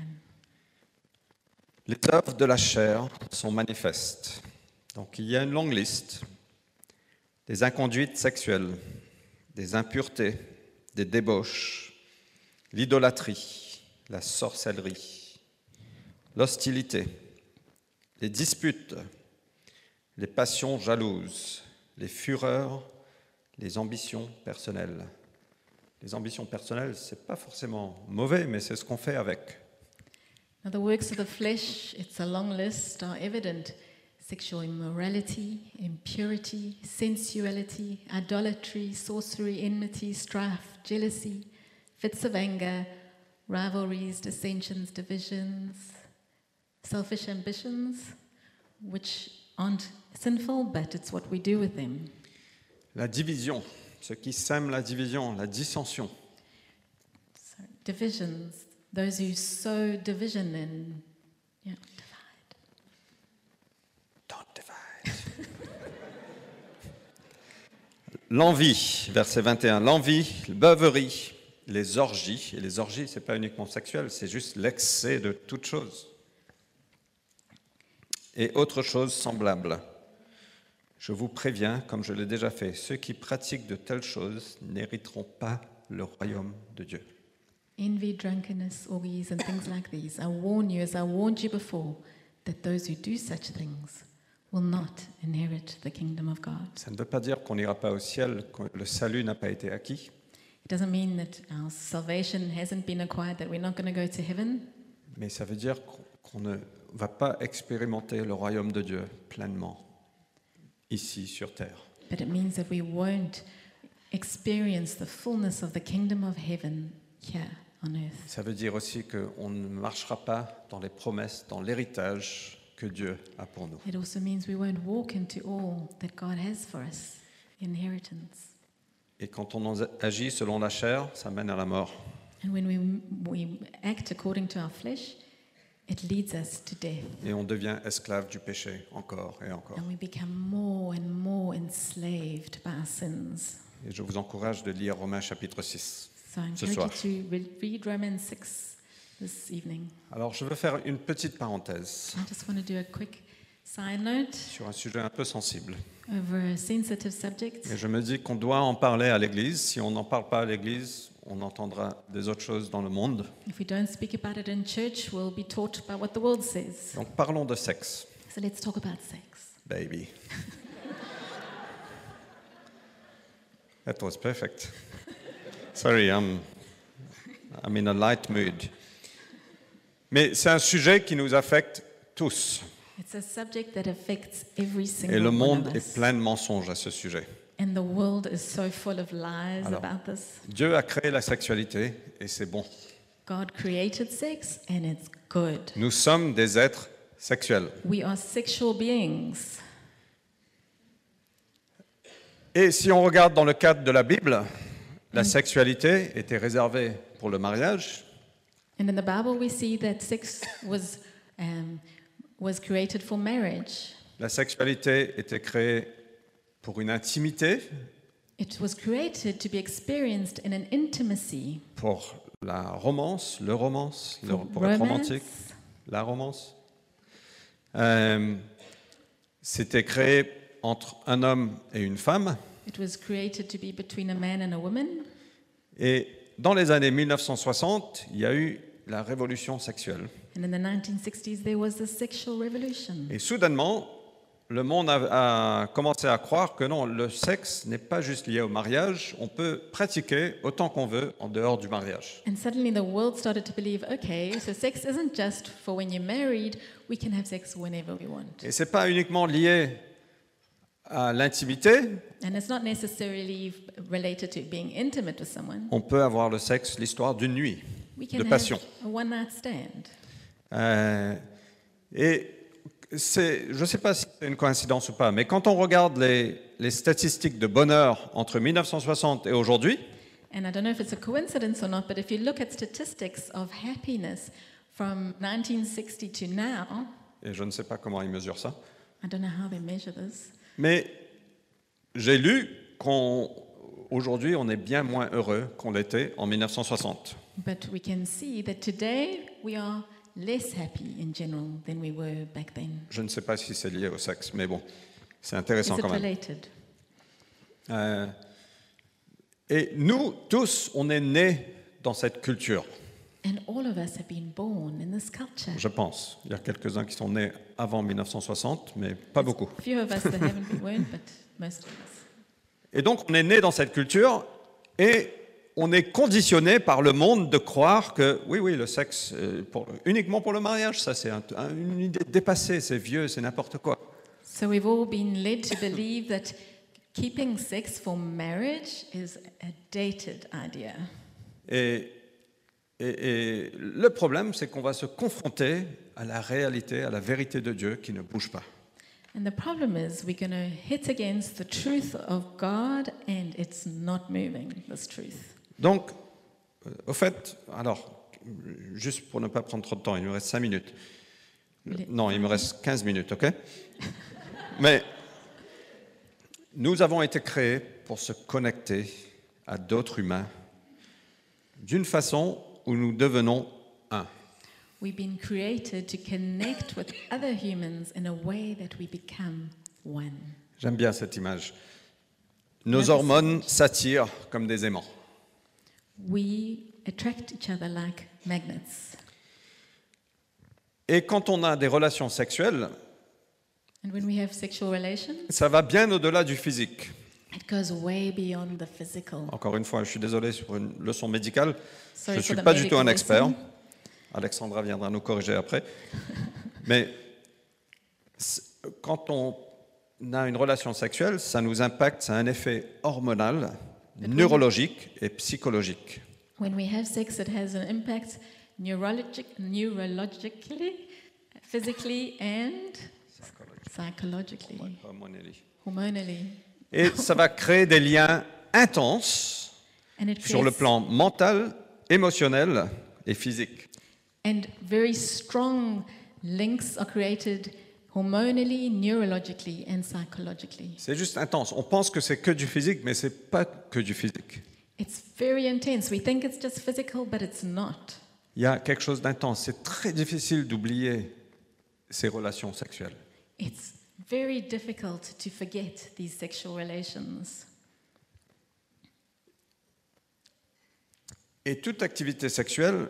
S1: Les œuvres de la chair sont manifestes. Donc il y a une longue liste. Des inconduites sexuelles, des impuretés, des débauches, l'idolâtrie, la sorcellerie, l'hostilité, les disputes, les passions jalouses, les fureurs, les ambitions personnelles. Les ambitions personnelles, c'est pas forcément mauvais, mais c'est ce qu'on fait avec.
S2: Now, the works of the flesh, it's a long list, are evident sexual immorality, impurity, sensuality, idolatry, sorcery, enmity, strife, jealousy, fits of anger, rivalries, dissensions, divisions, selfish ambitions, which aren't sinful, but it's what we do with them.
S1: La division, ceux qui sèment la division, la dissension,
S2: So, divisions, those who sow division and yeah, divide.
S1: Don't divide. L'envie, verset 21, l'envie, la beuverie, les orgies, et les orgies, c'est pas uniquement sexuel, c'est juste l'excès de toute chose. Et autre chose semblable. Je vous préviens, comme je l'ai déjà fait, ceux qui pratiquent de telles choses n'hériteront pas le royaume de Dieu.
S2: Envy, drunkenness, orgies, and things like these. I warn you, as I warned you before, that those who do such things will not inherit the kingdom of God.
S1: Ça ne veut pas dire qu'on n'ira pas au ciel, que le salut n'a pas été acquis,
S2: It doesn't mean that our salvation hasn't been acquired, that we're not going to go to heaven,
S1: Mais ça veut dire qu'on- qu'on ne va pas expérimenter le royaume de Dieu pleinement ici sur terre.
S2: but it means that we won't experience the fullness of the kingdom of heaven here on earth.
S1: Ça veut dire aussi qu'on ne marchera pas dans les promesses, dans l'héritage que Dieu a pour nous.
S2: It also means we won't walk into all that God has for us inheritance.
S1: Et quand on en agit selon la chair, ça mène à la mort.
S2: And when we, we act according to our flesh, it leads us to death.
S1: Et on devient esclave du péché encore et encore.
S2: And we become more and more enslaved by our sins.
S1: Et je vous encourage de lire Romains chapitre 6.
S2: So I
S1: Ce
S2: encourage
S1: soir.
S2: you to re- read Romans 6 this evening.
S1: Alors je veux faire une petite parenthèse
S2: I just want to do a quick side note
S1: sur un sujet un peu sensible.
S2: over a sensitive subject.
S1: Et je me dis qu'on doit en parler à l'Église. Si on n'en parle pas à l'Église, on entendra des autres choses dans le monde.
S2: If we don't speak about it in church, we'll be taught by what the world says.
S1: Donc parlons de sexe,
S2: So let's talk about sex.
S1: baby. That was perfect. Sorry, I'm, I'm in a light mood. Mais c'est un sujet qui nous affecte tous.
S2: It's a subject that affects every single
S1: Et le
S2: one of
S1: monde est
S2: us.
S1: plein de mensonges à ce sujet.
S2: And the world is so full of lies
S1: Alors.
S2: about this.
S1: Dieu a créé la sexualité et c'est bon.
S2: God created sex and it's good.
S1: Nous sommes des êtres sexuels.
S2: We are sexual beings.
S1: Et si on regarde dans le cadre de la Bible, la sexualité était réservée pour le mariage,
S2: And in the Bible, we see that sex was, um, was created for marriage.
S1: la sexualité était créée pour une intimité,
S2: It was created to be experienced in an intimacy.
S1: pour la romance, le romance, le-
S2: for
S1: pour être romantique, la romance. Euh, C'était créé entre un homme et une femme.
S2: It was created to be between a man and a woman.
S1: Et dans les années 1960, il y a eu la révolution sexuelle.
S2: And in the 1960s, there was the sexual revolution.
S1: Et soudainement, le monde a, a commencé à croire que non, le sexe n'est pas juste lié au mariage, on peut pratiquer autant qu'on veut en dehors du mariage.
S2: And suddenly the world started to believe okay, so sex isn't just for when you're married, we can have sex whenever we want.
S1: Et c'est pas uniquement lié à l'intimité,
S2: And it's not necessarily related to being intimate with someone.
S1: on peut avoir le sexe l'histoire d'une nuit,
S2: We
S1: de
S2: can
S1: passion.
S2: have a one night stand.
S1: Euh, et c'est, je ne sais pas si c'est une coïncidence ou pas, mais quand on regarde les, les statistiques de bonheur entre 1960 et aujourd'hui,
S2: And I don't know if it's a coincidence or not, but if you look at statistics of happiness from 1960 to now,
S1: et je ne sais pas comment ils mesurent ça,
S2: I don't know how they measure this.
S1: mais j'ai lu qu'aujourd'hui on est bien moins heureux qu'on l'était en 1960.
S2: But we can see that today we are less happy in general than we were back then.
S1: Je ne sais pas si c'est lié au sexe, mais bon, c'est
S2: Is
S1: intéressant
S2: it
S1: quand même.
S2: related?
S1: Euh, et nous tous, on est nés dans cette culture,
S2: And all of us have been born in this culture.
S1: je pense. Il y a quelques-uns qui sont nés avant 1960, mais pas beaucoup.
S2: A few of us that haven't been weren't, but most of us.
S1: Et donc, on est né dans cette culture et on est conditionné par le monde de croire que, oui, oui, le sexe, euh, pour- uniquement pour le mariage, ça c'est un- un- une idée dépassée, c'est vieux, c'est n'importe quoi.
S2: So we've all been led to believe that keeping sex for marriage is a dated idea.
S1: Et, et- et le problème, c'est qu'on va se confronter à la réalité, à la vérité de Dieu qui ne bouge pas.
S2: And the problem is, we're going to hit against the truth of God, and it's not moving, this truth.
S1: Donc, euh, au fait, alors, euh, juste pour ne pas prendre trop de temps, il me reste 5 minutes. Euh,
S2: Les-
S1: Non, il me reste 15 minutes, ok Mais nous avons été créés pour se connecter à d'autres humains d'une façon où nous devenons un.
S2: We've been created to connect with other humans in a way that we become one.
S1: J'aime bien cette image. Nos
S2: Merci.
S1: hormones s'attirent comme des aimants.
S2: We attract each other like magnets.
S1: Et quand on a des relations sexuelles,
S2: And when we have sexual relations,
S1: ça va bien au-delà du physique.
S2: it goes way beyond the physical.
S1: Encore une fois, je suis désolé pour une leçon médicale. je ne
S2: Sorry for
S1: suis
S2: the
S1: pas du tout un
S2: medical
S1: expert.
S2: lesson.
S1: Alexandra viendra nous corriger après. Mais c- quand on a une relation sexuelle, ça nous impacte, ça a un effet hormonal, neurologique et psychologique.
S2: When we have sex, it has an impact neurologic, neurologically, physically, and psychologically, hormonally.
S1: Et ça va créer des liens intenses
S2: And it
S1: sur le
S2: creates-
S1: plan mental, émotionnel et physique.
S2: And very strong links are created hormonally, neurologically, and psychologically.
S1: C'est juste intense. On pense que c'est que du physique, mais c'est pas que du physique.
S2: It's very intense. We think it's just physical, but it's not.
S1: Il y a quelque chose d'intense. C'est très difficile d'oublier ces relations sexuelles.
S2: It's very difficult to forget these sexual relations.
S1: Et toute activité sexuelle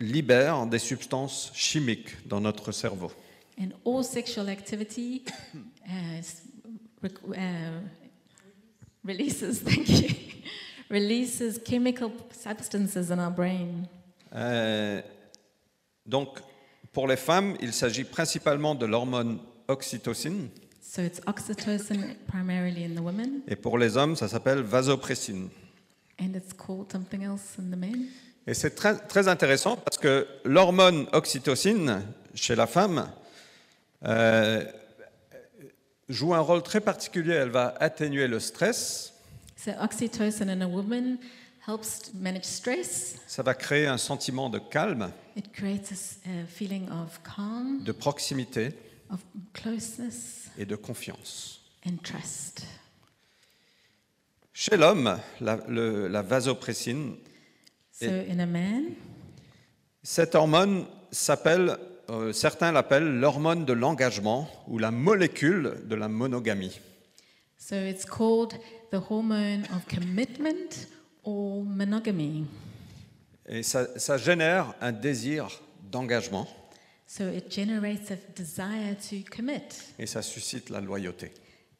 S1: libère des substances chimiques dans notre cerveau.
S2: And all sexual activity uh, s- requ- uh, releases, thank you, releases chemical substances in our brain.
S1: Euh, donc, pour les femmes, il s'agit principalement de l'hormone oxytocine,
S2: So it's oxytocin primarily in the women,
S1: et pour les hommes, ça s'appelle vasopressine.
S2: and it's called something else in the men.
S1: Et c'est très, très intéressant parce que l'hormone oxytocine chez la femme euh, joue un rôle très particulier. Elle va atténuer le stress,
S2: So oxytocin in a woman helps to manage stress.
S1: ça va créer un sentiment de calme,
S2: It creates a s- a feeling of calm,
S1: de proximité
S2: of closeness,
S1: et de confiance.
S2: and trust.
S1: Chez l'homme, la, le- la vasopressine,
S2: So in a man,
S1: cette hormone s'appelle euh, certains l'appellent l'hormone de l'engagement ou la molécule de la monogamie.
S2: So it's called the hormone of commitment or monogamy.
S1: Et ça, ça génère un désir d'engagement
S2: So it generates a desire to commit
S1: et ça suscite la loyauté.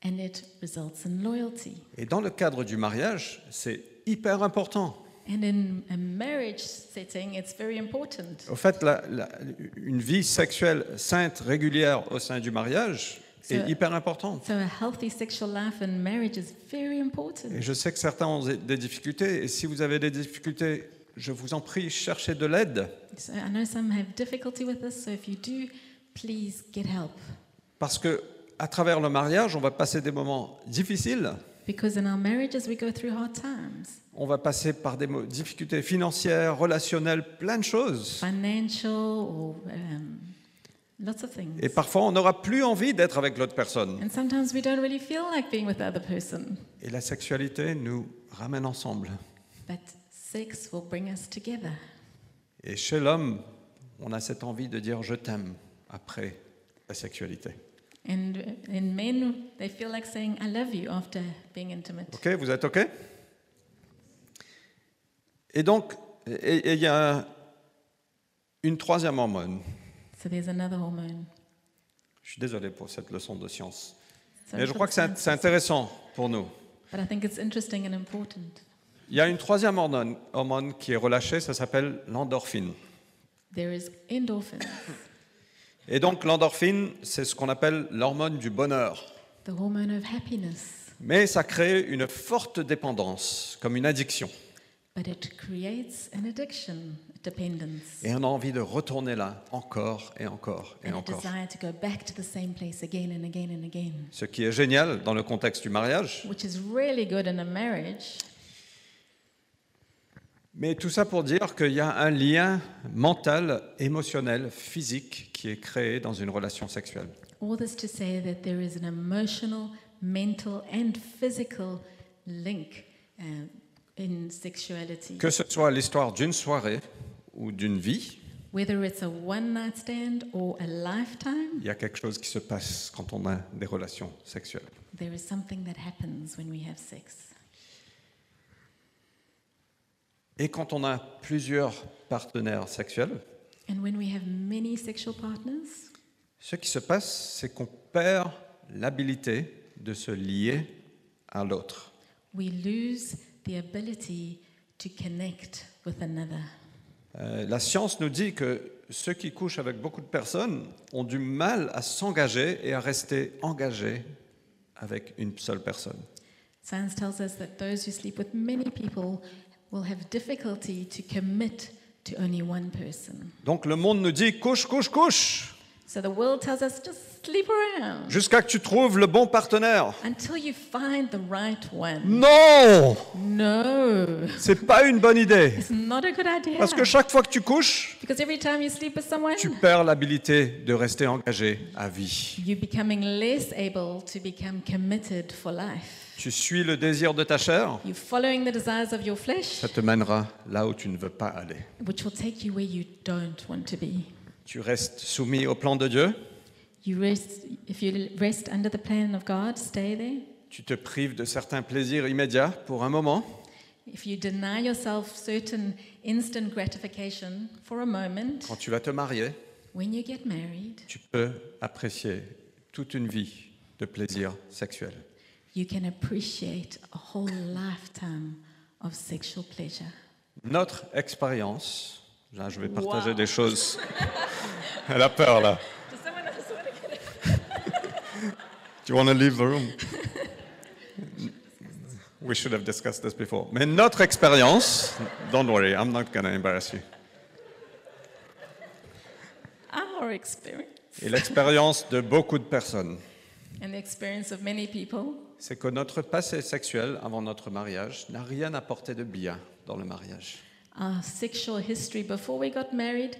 S2: and it results in loyalty.
S1: Et dans le cadre du mariage, c'est hyper important.
S2: And in a marriage setting, it's very important.
S1: Au fait, la- la- une vie sexuelle sainte, régulière au sein du mariage est
S2: C'est-
S1: hyper importante.
S2: So a healthy sexual life in marriage is very
S1: Et
S2: important.
S1: je sais que certains ont des difficultés, et si vous avez des difficultés, je vous en prie, cherchez de l'aide,
S2: So I know some have difficulty with this, so if you do, please get help.
S1: parce que à travers le mariage, on va passer des moments difficiles,
S2: Because in our marriages, we go through hard times
S1: on va passer par des mo- difficultés financières, relationnelles, plein de choses.
S2: financial or um, lots of things.
S1: Et parfois, on n'aura plus envie d'être avec l'autre personne.
S2: And sometimes we don't really feel like being with the other person,
S1: Et la sexualité nous ramène ensemble.
S2: but sex will bring us together.
S1: Et chez l'homme, on a cette envie de dire je t'aime après la sexualité.
S2: And in men, they feel like saying, I love you after being intimate.
S1: Ok, vous êtes ok Et donc, et- et- et il y a une troisième hormone.
S2: So there's another hormone.
S1: Je suis désolé pour cette leçon de science.
S2: So
S1: Mais je crois que c'est c'est intéressant pour nous.
S2: But I think it's interesting and important.
S1: Il y a une troisième hormone, hormone qui est relâchée, ça s'appelle l'endorphine.
S2: There is endorphins,
S1: Et donc l'endorphine, c'est ce qu'on appelle l'hormone du bonheur.
S2: the hormone of happiness,
S1: Mais ça crée une forte dépendance, comme une addiction.
S2: but it creates an addiction, a dependence,
S1: Et on a envie de retourner là encore et encore et
S2: and a
S1: encore.
S2: desire to go back to the same place again and again and again,
S1: Ce qui est génial dans le contexte du mariage.
S2: which is really good in a marriage.
S1: Mais tout ça pour dire qu'il y a un lien mental, émotionnel, physique qui est créé dans une relation sexuelle.
S2: All this to say that there is an emotional, mental, and physical link uh, in sexuality.
S1: Que ce soit l'histoire d'une soirée ou d'une vie,
S2: Whether it's a one night stand or a lifetime,
S1: il y a quelque chose qui se passe quand on a des relations sexuelles.
S2: there is something that happens when we have sex.
S1: Et quand on a plusieurs partenaires sexuels,
S2: And when we have many sexual partners,
S1: ce qui se passe, c'est qu'on perd l'habilité de se lier à l'autre.
S2: we lose the ability to connect with another.
S1: Euh, la science nous dit que ceux qui couchent avec beaucoup de personnes ont du mal à s'engager et à rester engagés avec une seule personne.
S2: Science tells us that those who sleep with many people will have difficulty to commit to only one person.
S1: Donc le monde nous dit couche, couche, couche,
S2: So the world tells us just sleep around
S1: jusqu'à que tu trouves le bon partenaire.
S2: until you find the right one.
S1: Non,
S2: No,
S1: c'est pas une bonne idée.
S2: it's not a good idea.
S1: Parce que chaque fois que tu couches,
S2: Because every time you sleep with someone,
S1: tu perds l'habilité de rester engagé à vie.
S2: you're becoming less able to become committed for life.
S1: Tu suis le désir de ta chair,
S2: You're following the desires of your flesh,
S1: ça te mènera là où tu ne veux pas aller.
S2: which will take you where you don't want to be.
S1: Tu restes soumis au plan de Dieu,
S2: You rest, if you rest under the plan of God, stay there.
S1: tu te prives de certains plaisirs immédiats pour un moment.
S2: If you deny yourself certain instant gratification for a moment,
S1: Quand tu vas te marier,
S2: when you get married,
S1: tu peux apprécier toute une vie de plaisir sexuel.
S2: you can appreciate a whole lifetime of sexual pleasure.
S1: Notre expérience, là je vais partager
S2: Wow.
S1: des choses. Elle a peur là.
S2: Does someone else want to get
S1: Do you want to leave the room? We should have discussed this before. Mais notre expérience, don't worry, I'm not going to embarrass you.
S2: Ah, Our experience
S1: Et l'expérience de beaucoup de personnes,
S2: and the experience of many people
S1: c'est que notre passé sexuel avant notre mariage n'a rien apporté de bien dans le mariage.
S2: Our sexual history before we got married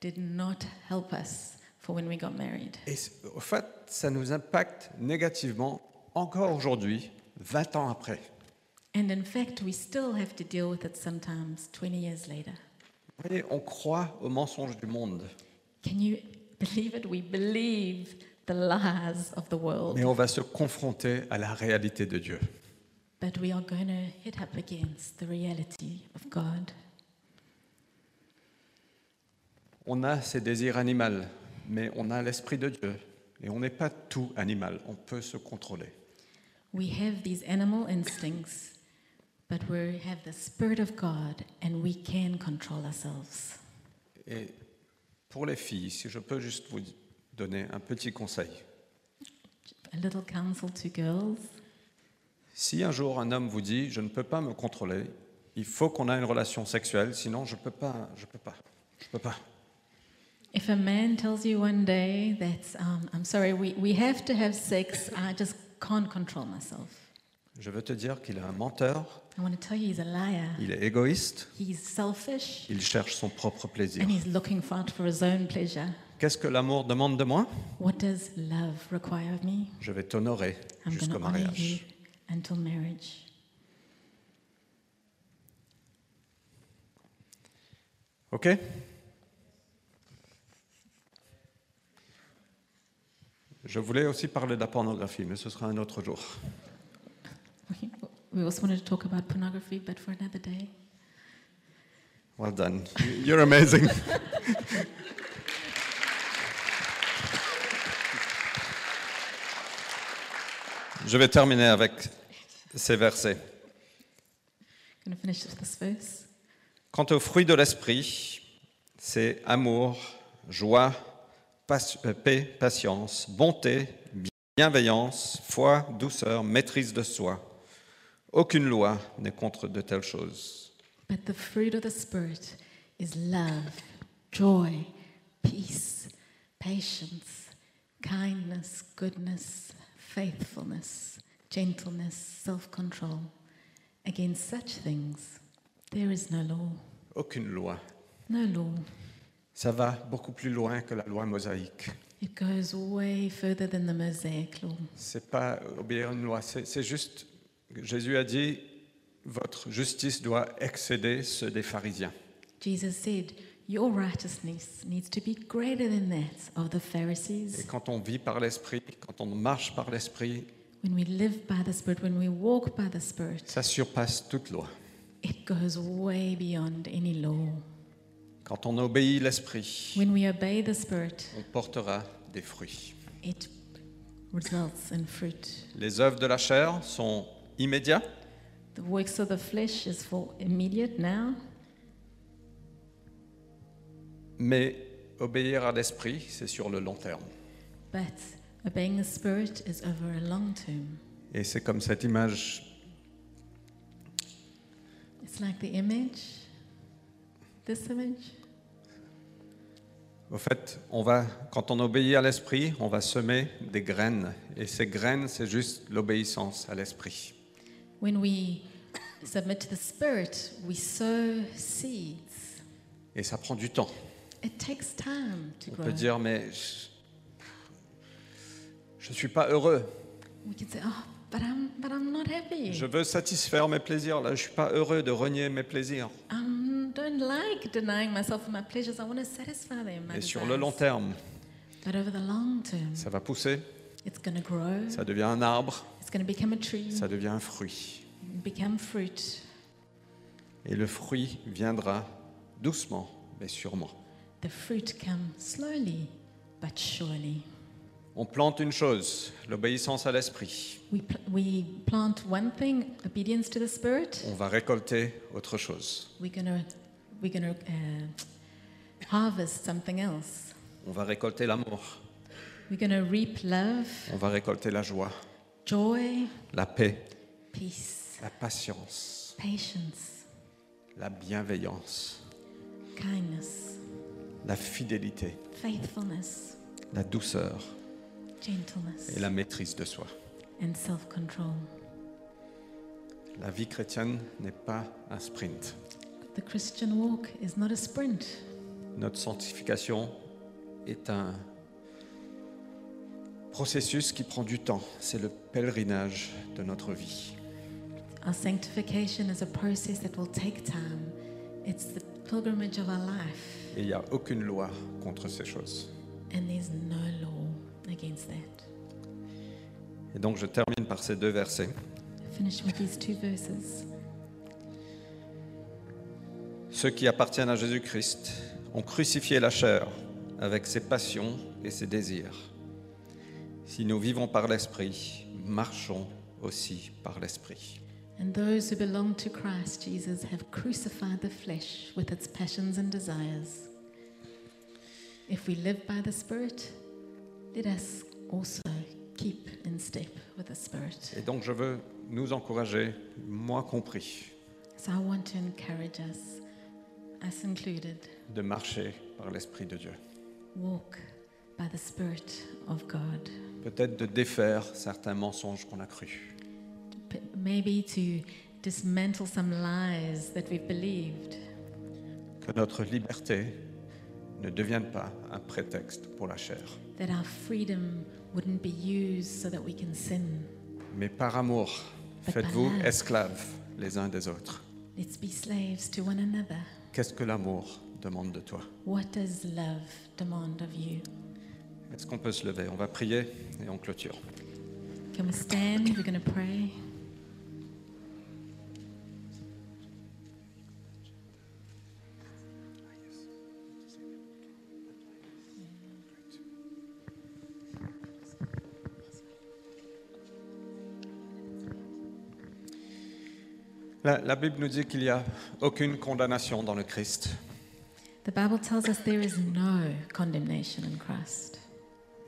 S2: did not help us for when we got married.
S1: Et c- au fait, ça nous impacte négativement encore aujourd'hui, 20 ans après.
S2: And in fact, we still have to deal with it sometimes 20 years later.
S1: Vous voyez, on croit aux mensonges du monde.
S2: Can you believe it, we believe the lies of the world.
S1: mais on va se confronter à la réalité de Dieu.
S2: But we are going to hit up against the reality of God.
S1: On a ces désirs animaux, mais on a l'esprit de Dieu. Et on n'est pas tout animal, on peut se contrôler.
S2: We have these animal instincts, but we have the Spirit of God and we can control ourselves.
S1: Et pour les filles, si je peux juste vous donner un petit conseil.
S2: A little counsel to girls
S1: Si un jour un homme vous dit je ne peux pas me contrôler, il faut qu'on ait une relation sexuelle, sinon je peux pas, je peux pas, je peux pas.
S2: If a man tells you one day that, um, I'm sorry, we, we have to have sex, I just can't control myself.
S1: Je veux te dire qu'il est un menteur,
S2: I want to tell you he's a liar.
S1: il est égoïste,
S2: He's selfish
S1: il cherche son propre plaisir.
S2: and he's looking for out for his own pleasure.
S1: Qu'est-ce que l'amour demande de moi
S2: What does love require of me?
S1: Je vais t'honorer
S2: I'm going
S1: jusqu'au
S2: to honor you
S1: mariage.
S2: until marriage.
S1: Ok Je voulais aussi parler de la pornographie, mais ce sera un autre jour.
S2: We- We also wanted to talk about pornography, but for another day.
S1: Well done. You're amazing. Je vais terminer avec ces versets.
S2: I'm going to finish with this verse.
S1: Quant aux fruits de l'esprit, c'est amour, joie, pas- euh, paix, patience, bonté, bienveillance, foi, douceur, maîtrise de soi. Aucune loi n'est contre de telles choses.
S2: But the fruit of the Spirit is love, joy, peace, patience, kindness, goodness, faithfulness, gentleness, self control. Against such things, there is no law.
S1: Aucune loi.
S2: No law.
S1: Ça va beaucoup plus loin que la loi mosaïque.
S2: It goes way further than the Mosaic law.
S1: C'est pas euh, obéir à une loi, c'est c'est juste. Jésus a dit votre justice doit excéder ceux des pharisiens.
S2: Jesus said, Your righteousness needs to be greater than that of the
S1: Et
S2: Pharisees.
S1: quand on vit par l'esprit, quand on marche par l'esprit,
S2: When we live by the Spirit, when we walk by the Spirit,
S1: ça surpasse toute loi.
S2: it goes way beyond any law.
S1: Quand on obéit l'esprit,
S2: When we obey the Spirit,
S1: on portera des fruits.
S2: it results in fruit.
S1: Les œuvres de la chair sont immédiates,
S2: The works of the flesh is for immediate now,
S1: mais obéir à l'esprit, c'est sur le long terme.
S2: but obeying the Spirit is over a long term.
S1: Et c'est comme cette image,
S2: It's like the image, this image.
S1: au fait, on va, quand on obéit à l'esprit, on va semer des graines. Et ces graines, c'est juste l'obéissance à l'esprit.
S2: When we submit to the Spirit, we sow seeds.
S1: Et ça prend du temps.
S2: It takes time to
S1: On
S2: grow.
S1: peut dire, mais je- je ne suis pas heureux.
S2: we can say, "Oh, but I'm, but I'm not happy.
S1: Je veux satisfaire mes plaisirs. Là, je ne suis pas heureux de renier mes plaisirs.
S2: I don't like denying myself my pleasures. I want to satisfy them. my
S1: Et sur
S2: desires."
S1: le long terme,
S2: But over the long term,
S1: ça va pousser,
S2: it's going to grow.
S1: ça devient un arbre,
S2: It's going to become a tree,
S1: ça devient un fruit.
S2: become fruit.
S1: Et le fruit viendra doucement, mais sûrement.
S2: The fruit comes slowly, but surely.
S1: On plante une chose, l'obéissance à l'esprit.
S2: We, pl- we plant one thing, obedience to the Spirit.
S1: On va récolter autre chose.
S2: We're gonna we're gonna uh, harvest something else.
S1: On va récolter l'amour,
S2: We're gonna reap love,
S1: on va récolter la joie,
S2: joy,
S1: la paix,
S2: peace,
S1: la patience,
S2: patience,
S1: la bienveillance,
S2: kindness,
S1: la fidélité,
S2: faithfulness,
S1: la douceur
S2: gentleness,
S1: et la maîtrise de soi.
S2: and self-control.
S1: La vie chrétienne n'est pas un sprint.
S2: The Christian walk is not a sprint.
S1: Notre sanctification est un processus qui prend du temps. C'est le pèlerinage de notre vie.
S2: Our sanctification is a process that will take time. It's the pilgrimage of our life.
S1: Et il n'y a aucune loi contre ces choses.
S2: and there's no law against that.
S1: Et donc je termine par ces deux versets.
S2: Finish with these two verses.
S1: Ceux qui appartiennent à Jésus-Christ ont crucifié la chair avec ses passions et ses désirs. Si nous vivons par l'Esprit, marchons aussi par l'Esprit.
S2: And those who belong to Christ Jesus have crucified the flesh with its passions and desires. If we live by the Spirit, let us also keep in step with the Spirit.
S1: Et donc je veux nous encourager, moi compris,
S2: So I want to encourage us, us included,
S1: de marcher par l'Esprit de Dieu.
S2: walk by the Spirit of God.
S1: Peut-être de défaire certains mensonges qu'on a crus.
S2: P- Maybe to dismantle some lies that we've believed,
S1: Que notre liberté ne devienne pas un prétexte pour la chair,
S2: that our freedom wouldn't be used so that we can sin.
S1: mais par amour, faites-vous esclaves les uns des autres.
S2: Let's be slaves to one another.
S1: Qu'est-ce que l'amour demande de toi
S2: What does love demand of you?
S1: Est-ce qu'on peut se lever On va prier et on clôture.
S2: Can we stand? We're going to pray.
S1: La, la Bible nous dit qu'il n'y a aucune condamnation dans le Christ.
S2: The Bible tells us there is no condemnation in Christ.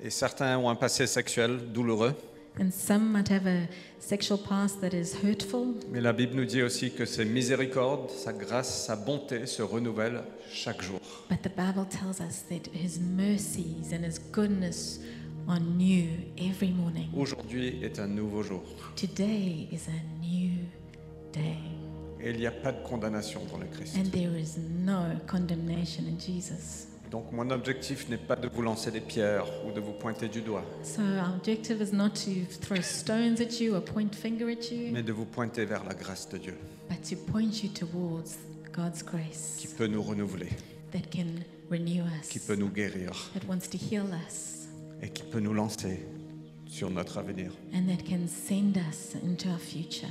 S1: Et certains ont un passé sexuel douloureux,
S2: And some might have a sexual past that is hurtful,
S1: mais la Bible nous dit aussi que ses miséricordes, sa grâce, sa bonté se renouvellent chaque jour.
S2: but the Bible tells us that His mercies and His goodness are new every morning.
S1: Aujourd'hui est un nouveau jour.
S2: Today is a new day,
S1: Et il n'y a pas de condamnation dans le Christ.
S2: and there is no condemnation in Jesus.
S1: Donc mon objectif n'est pas de vous lancer des pierres ou de vous pointer du doigt,
S2: So, our objective is not to throw stones at you or point finger at you,
S1: mais de vous pointer vers la grâce de Dieu
S2: but to point you towards God's
S1: qui
S2: grace
S1: peut nous renouveler,
S2: that can renew
S1: qui
S2: us,
S1: peut nous guérir
S2: that wants to heal us.
S1: et qui peut nous lancer sur notre avenir.
S2: and that can send us into our future.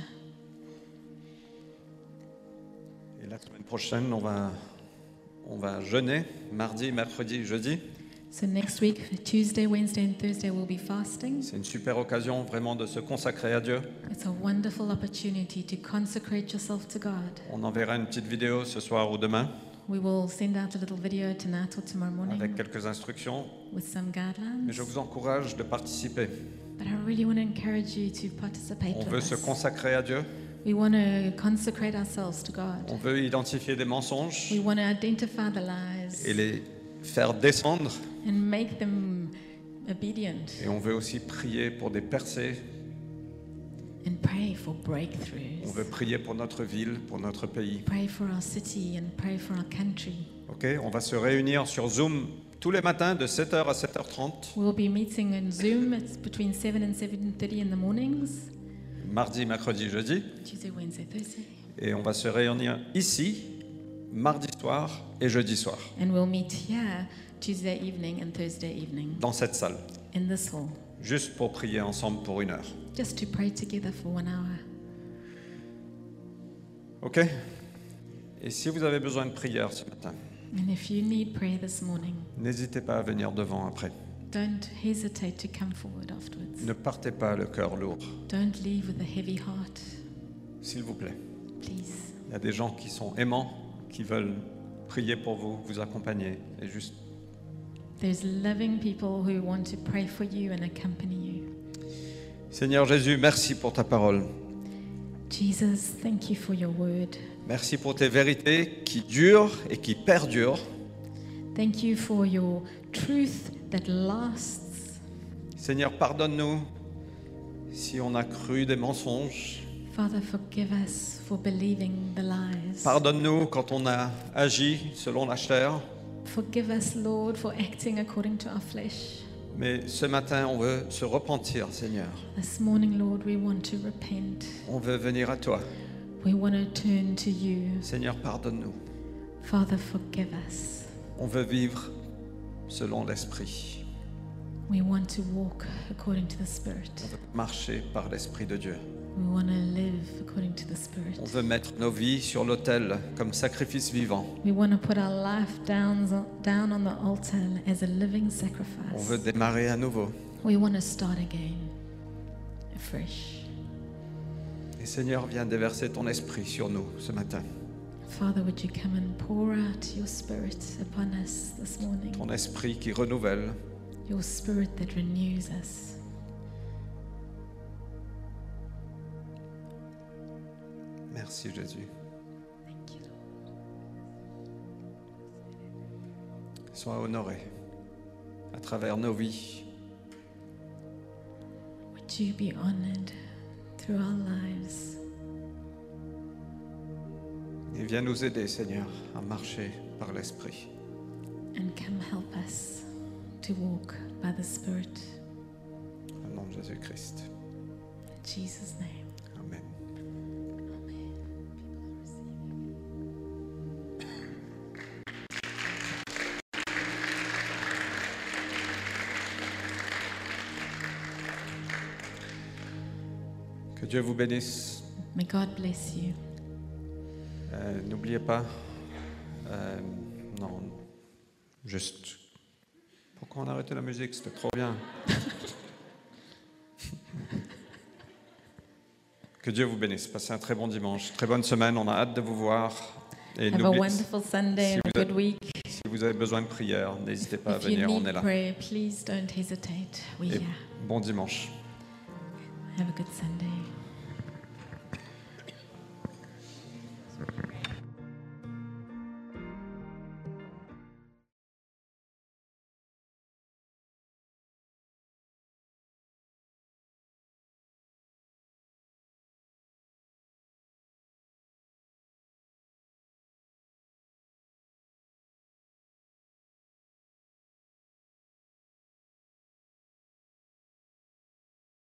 S1: Et la semaine prochaine, on va, on va jeûner, mardi, mercredi, jeudi.
S2: So next week, Tuesday, Wednesday, and Thursday, we'll be fasting.
S1: C'est une super occasion vraiment de se consacrer à Dieu.
S2: It's a wonderful opportunity to consecrate yourself to God.
S1: On enverra une petite vidéo ce soir ou demain
S2: We will send out a little video tonight or tomorrow
S1: avec
S2: morning
S1: quelques instructions.
S2: with some
S1: Mais je
S2: guidelines.
S1: vous encourage de participer.
S2: But I really want to encourage you to participate
S1: On
S2: with
S1: veut se
S2: us.
S1: consacrer à Dieu.
S2: We want to consecrate ourselves to
S1: On
S2: God.
S1: veut identifier des mensonges
S2: We want to identify the lies
S1: et les faire descendre.
S2: and make them obedient
S1: Et on veut aussi prier pour des percées.
S2: and pray for
S1: On veut
S2: breakthroughs.
S1: prier pour notre ville, pour notre pays.
S2: Pray for our city and pray for our country.
S1: Ok On va se réunir sur Zoom tous les matins de 7h à 7h30,
S2: We'll be meeting on Zoom. It's between 7 and 7.30 in the mornings,
S1: mardi, mercredi, jeudi.
S2: Tuesday, Wednesday, Thursday.
S1: Et on va se réunir ici, mardi soir et jeudi soir,
S2: And we'll meet here Tuesday evening and Thursday evening
S1: dans cette salle,
S2: in this hall,
S1: juste pour prier ensemble pour une heure.
S2: just to pray together for one hour.
S1: OK Et si vous avez besoin de prière ce matin,
S2: And if you need prayer this morning,
S1: n'hésitez pas à venir devant après.
S2: don't hesitate to come forward afterwards.
S1: Ne partez pas le cœur lourd,
S2: Don't leave with a heavy heart,
S1: s'il vous plaît.
S2: please.
S1: Il y a des gens qui sont aimants, qui veulent prier pour vous, vous accompagner et juste
S2: There's loving people who want to pray for you and accompany you.
S1: Seigneur Jésus, merci pour ta parole.
S2: Jesus, thank you for your word.
S1: Merci pour tes vérités qui durent et qui perdurent.
S2: Thank you for your truth that lasts.
S1: Seigneur, pardonne-nous si on a cru des mensonges.
S2: Father, forgive us for believing the lies.
S1: Pardonne-nous quand on a agi selon la chair.
S2: Forgive us, Lord, for acting according to our flesh.
S1: Mais ce matin, on veut se repentir, Seigneur.
S2: This morning, Lord, we want to repent.
S1: On veut venir à toi.
S2: We want to turn to you.
S1: Seigneur, pardonne-nous.
S2: Father, forgive us.
S1: On veut vivre selon l'Esprit.
S2: We want to walk according to the Spirit.
S1: On veut marcher par l'Esprit de Dieu.
S2: We want to live according to the Spirit.
S1: On veut mettre nos vies sur l'autel comme sacrifice vivant.
S2: We want to put our life down, down on the altar as a living
S1: On veut
S2: sacrifice.
S1: démarrer à nouveau.
S2: We want to start again, afresh.
S1: Et Seigneur, viens déverser ton esprit sur nous ce matin.
S2: Father, would you come and pour out your Spirit upon us this morning?
S1: Ton esprit qui renouvelle,
S2: Your Spirit that renews us,
S1: Merci Jésus. Sois honoré à travers nos vies.
S2: would you be honored through our lives?
S1: Et viens nous aider, Seigneur, à marcher par l'esprit.
S2: And come help us to walk by the Spirit.
S1: Au nom de Jésus-Christ.
S2: In Jesus' name.
S1: Amen. Que Dieu vous bénisse.
S2: May God bless you.
S1: Euh, N'oubliez pas. euh, non. Juste. Pourquoi on a arrêté la musique C'était trop bien. que Dieu vous bénisse. Passez un très bon dimanche. Très bonne semaine. On a hâte de vous voir. Et
S2: Have a
S1: n'oubliez-
S2: wonderful Sunday and a good week.
S1: si vous avez besoin de prière, n'hésitez pas à
S2: If you
S1: venir. On est
S2: need
S1: là.
S2: prayer, please don't hesitate. We're
S1: Et
S2: here.
S1: bon dimanche.
S2: Have a good Sunday.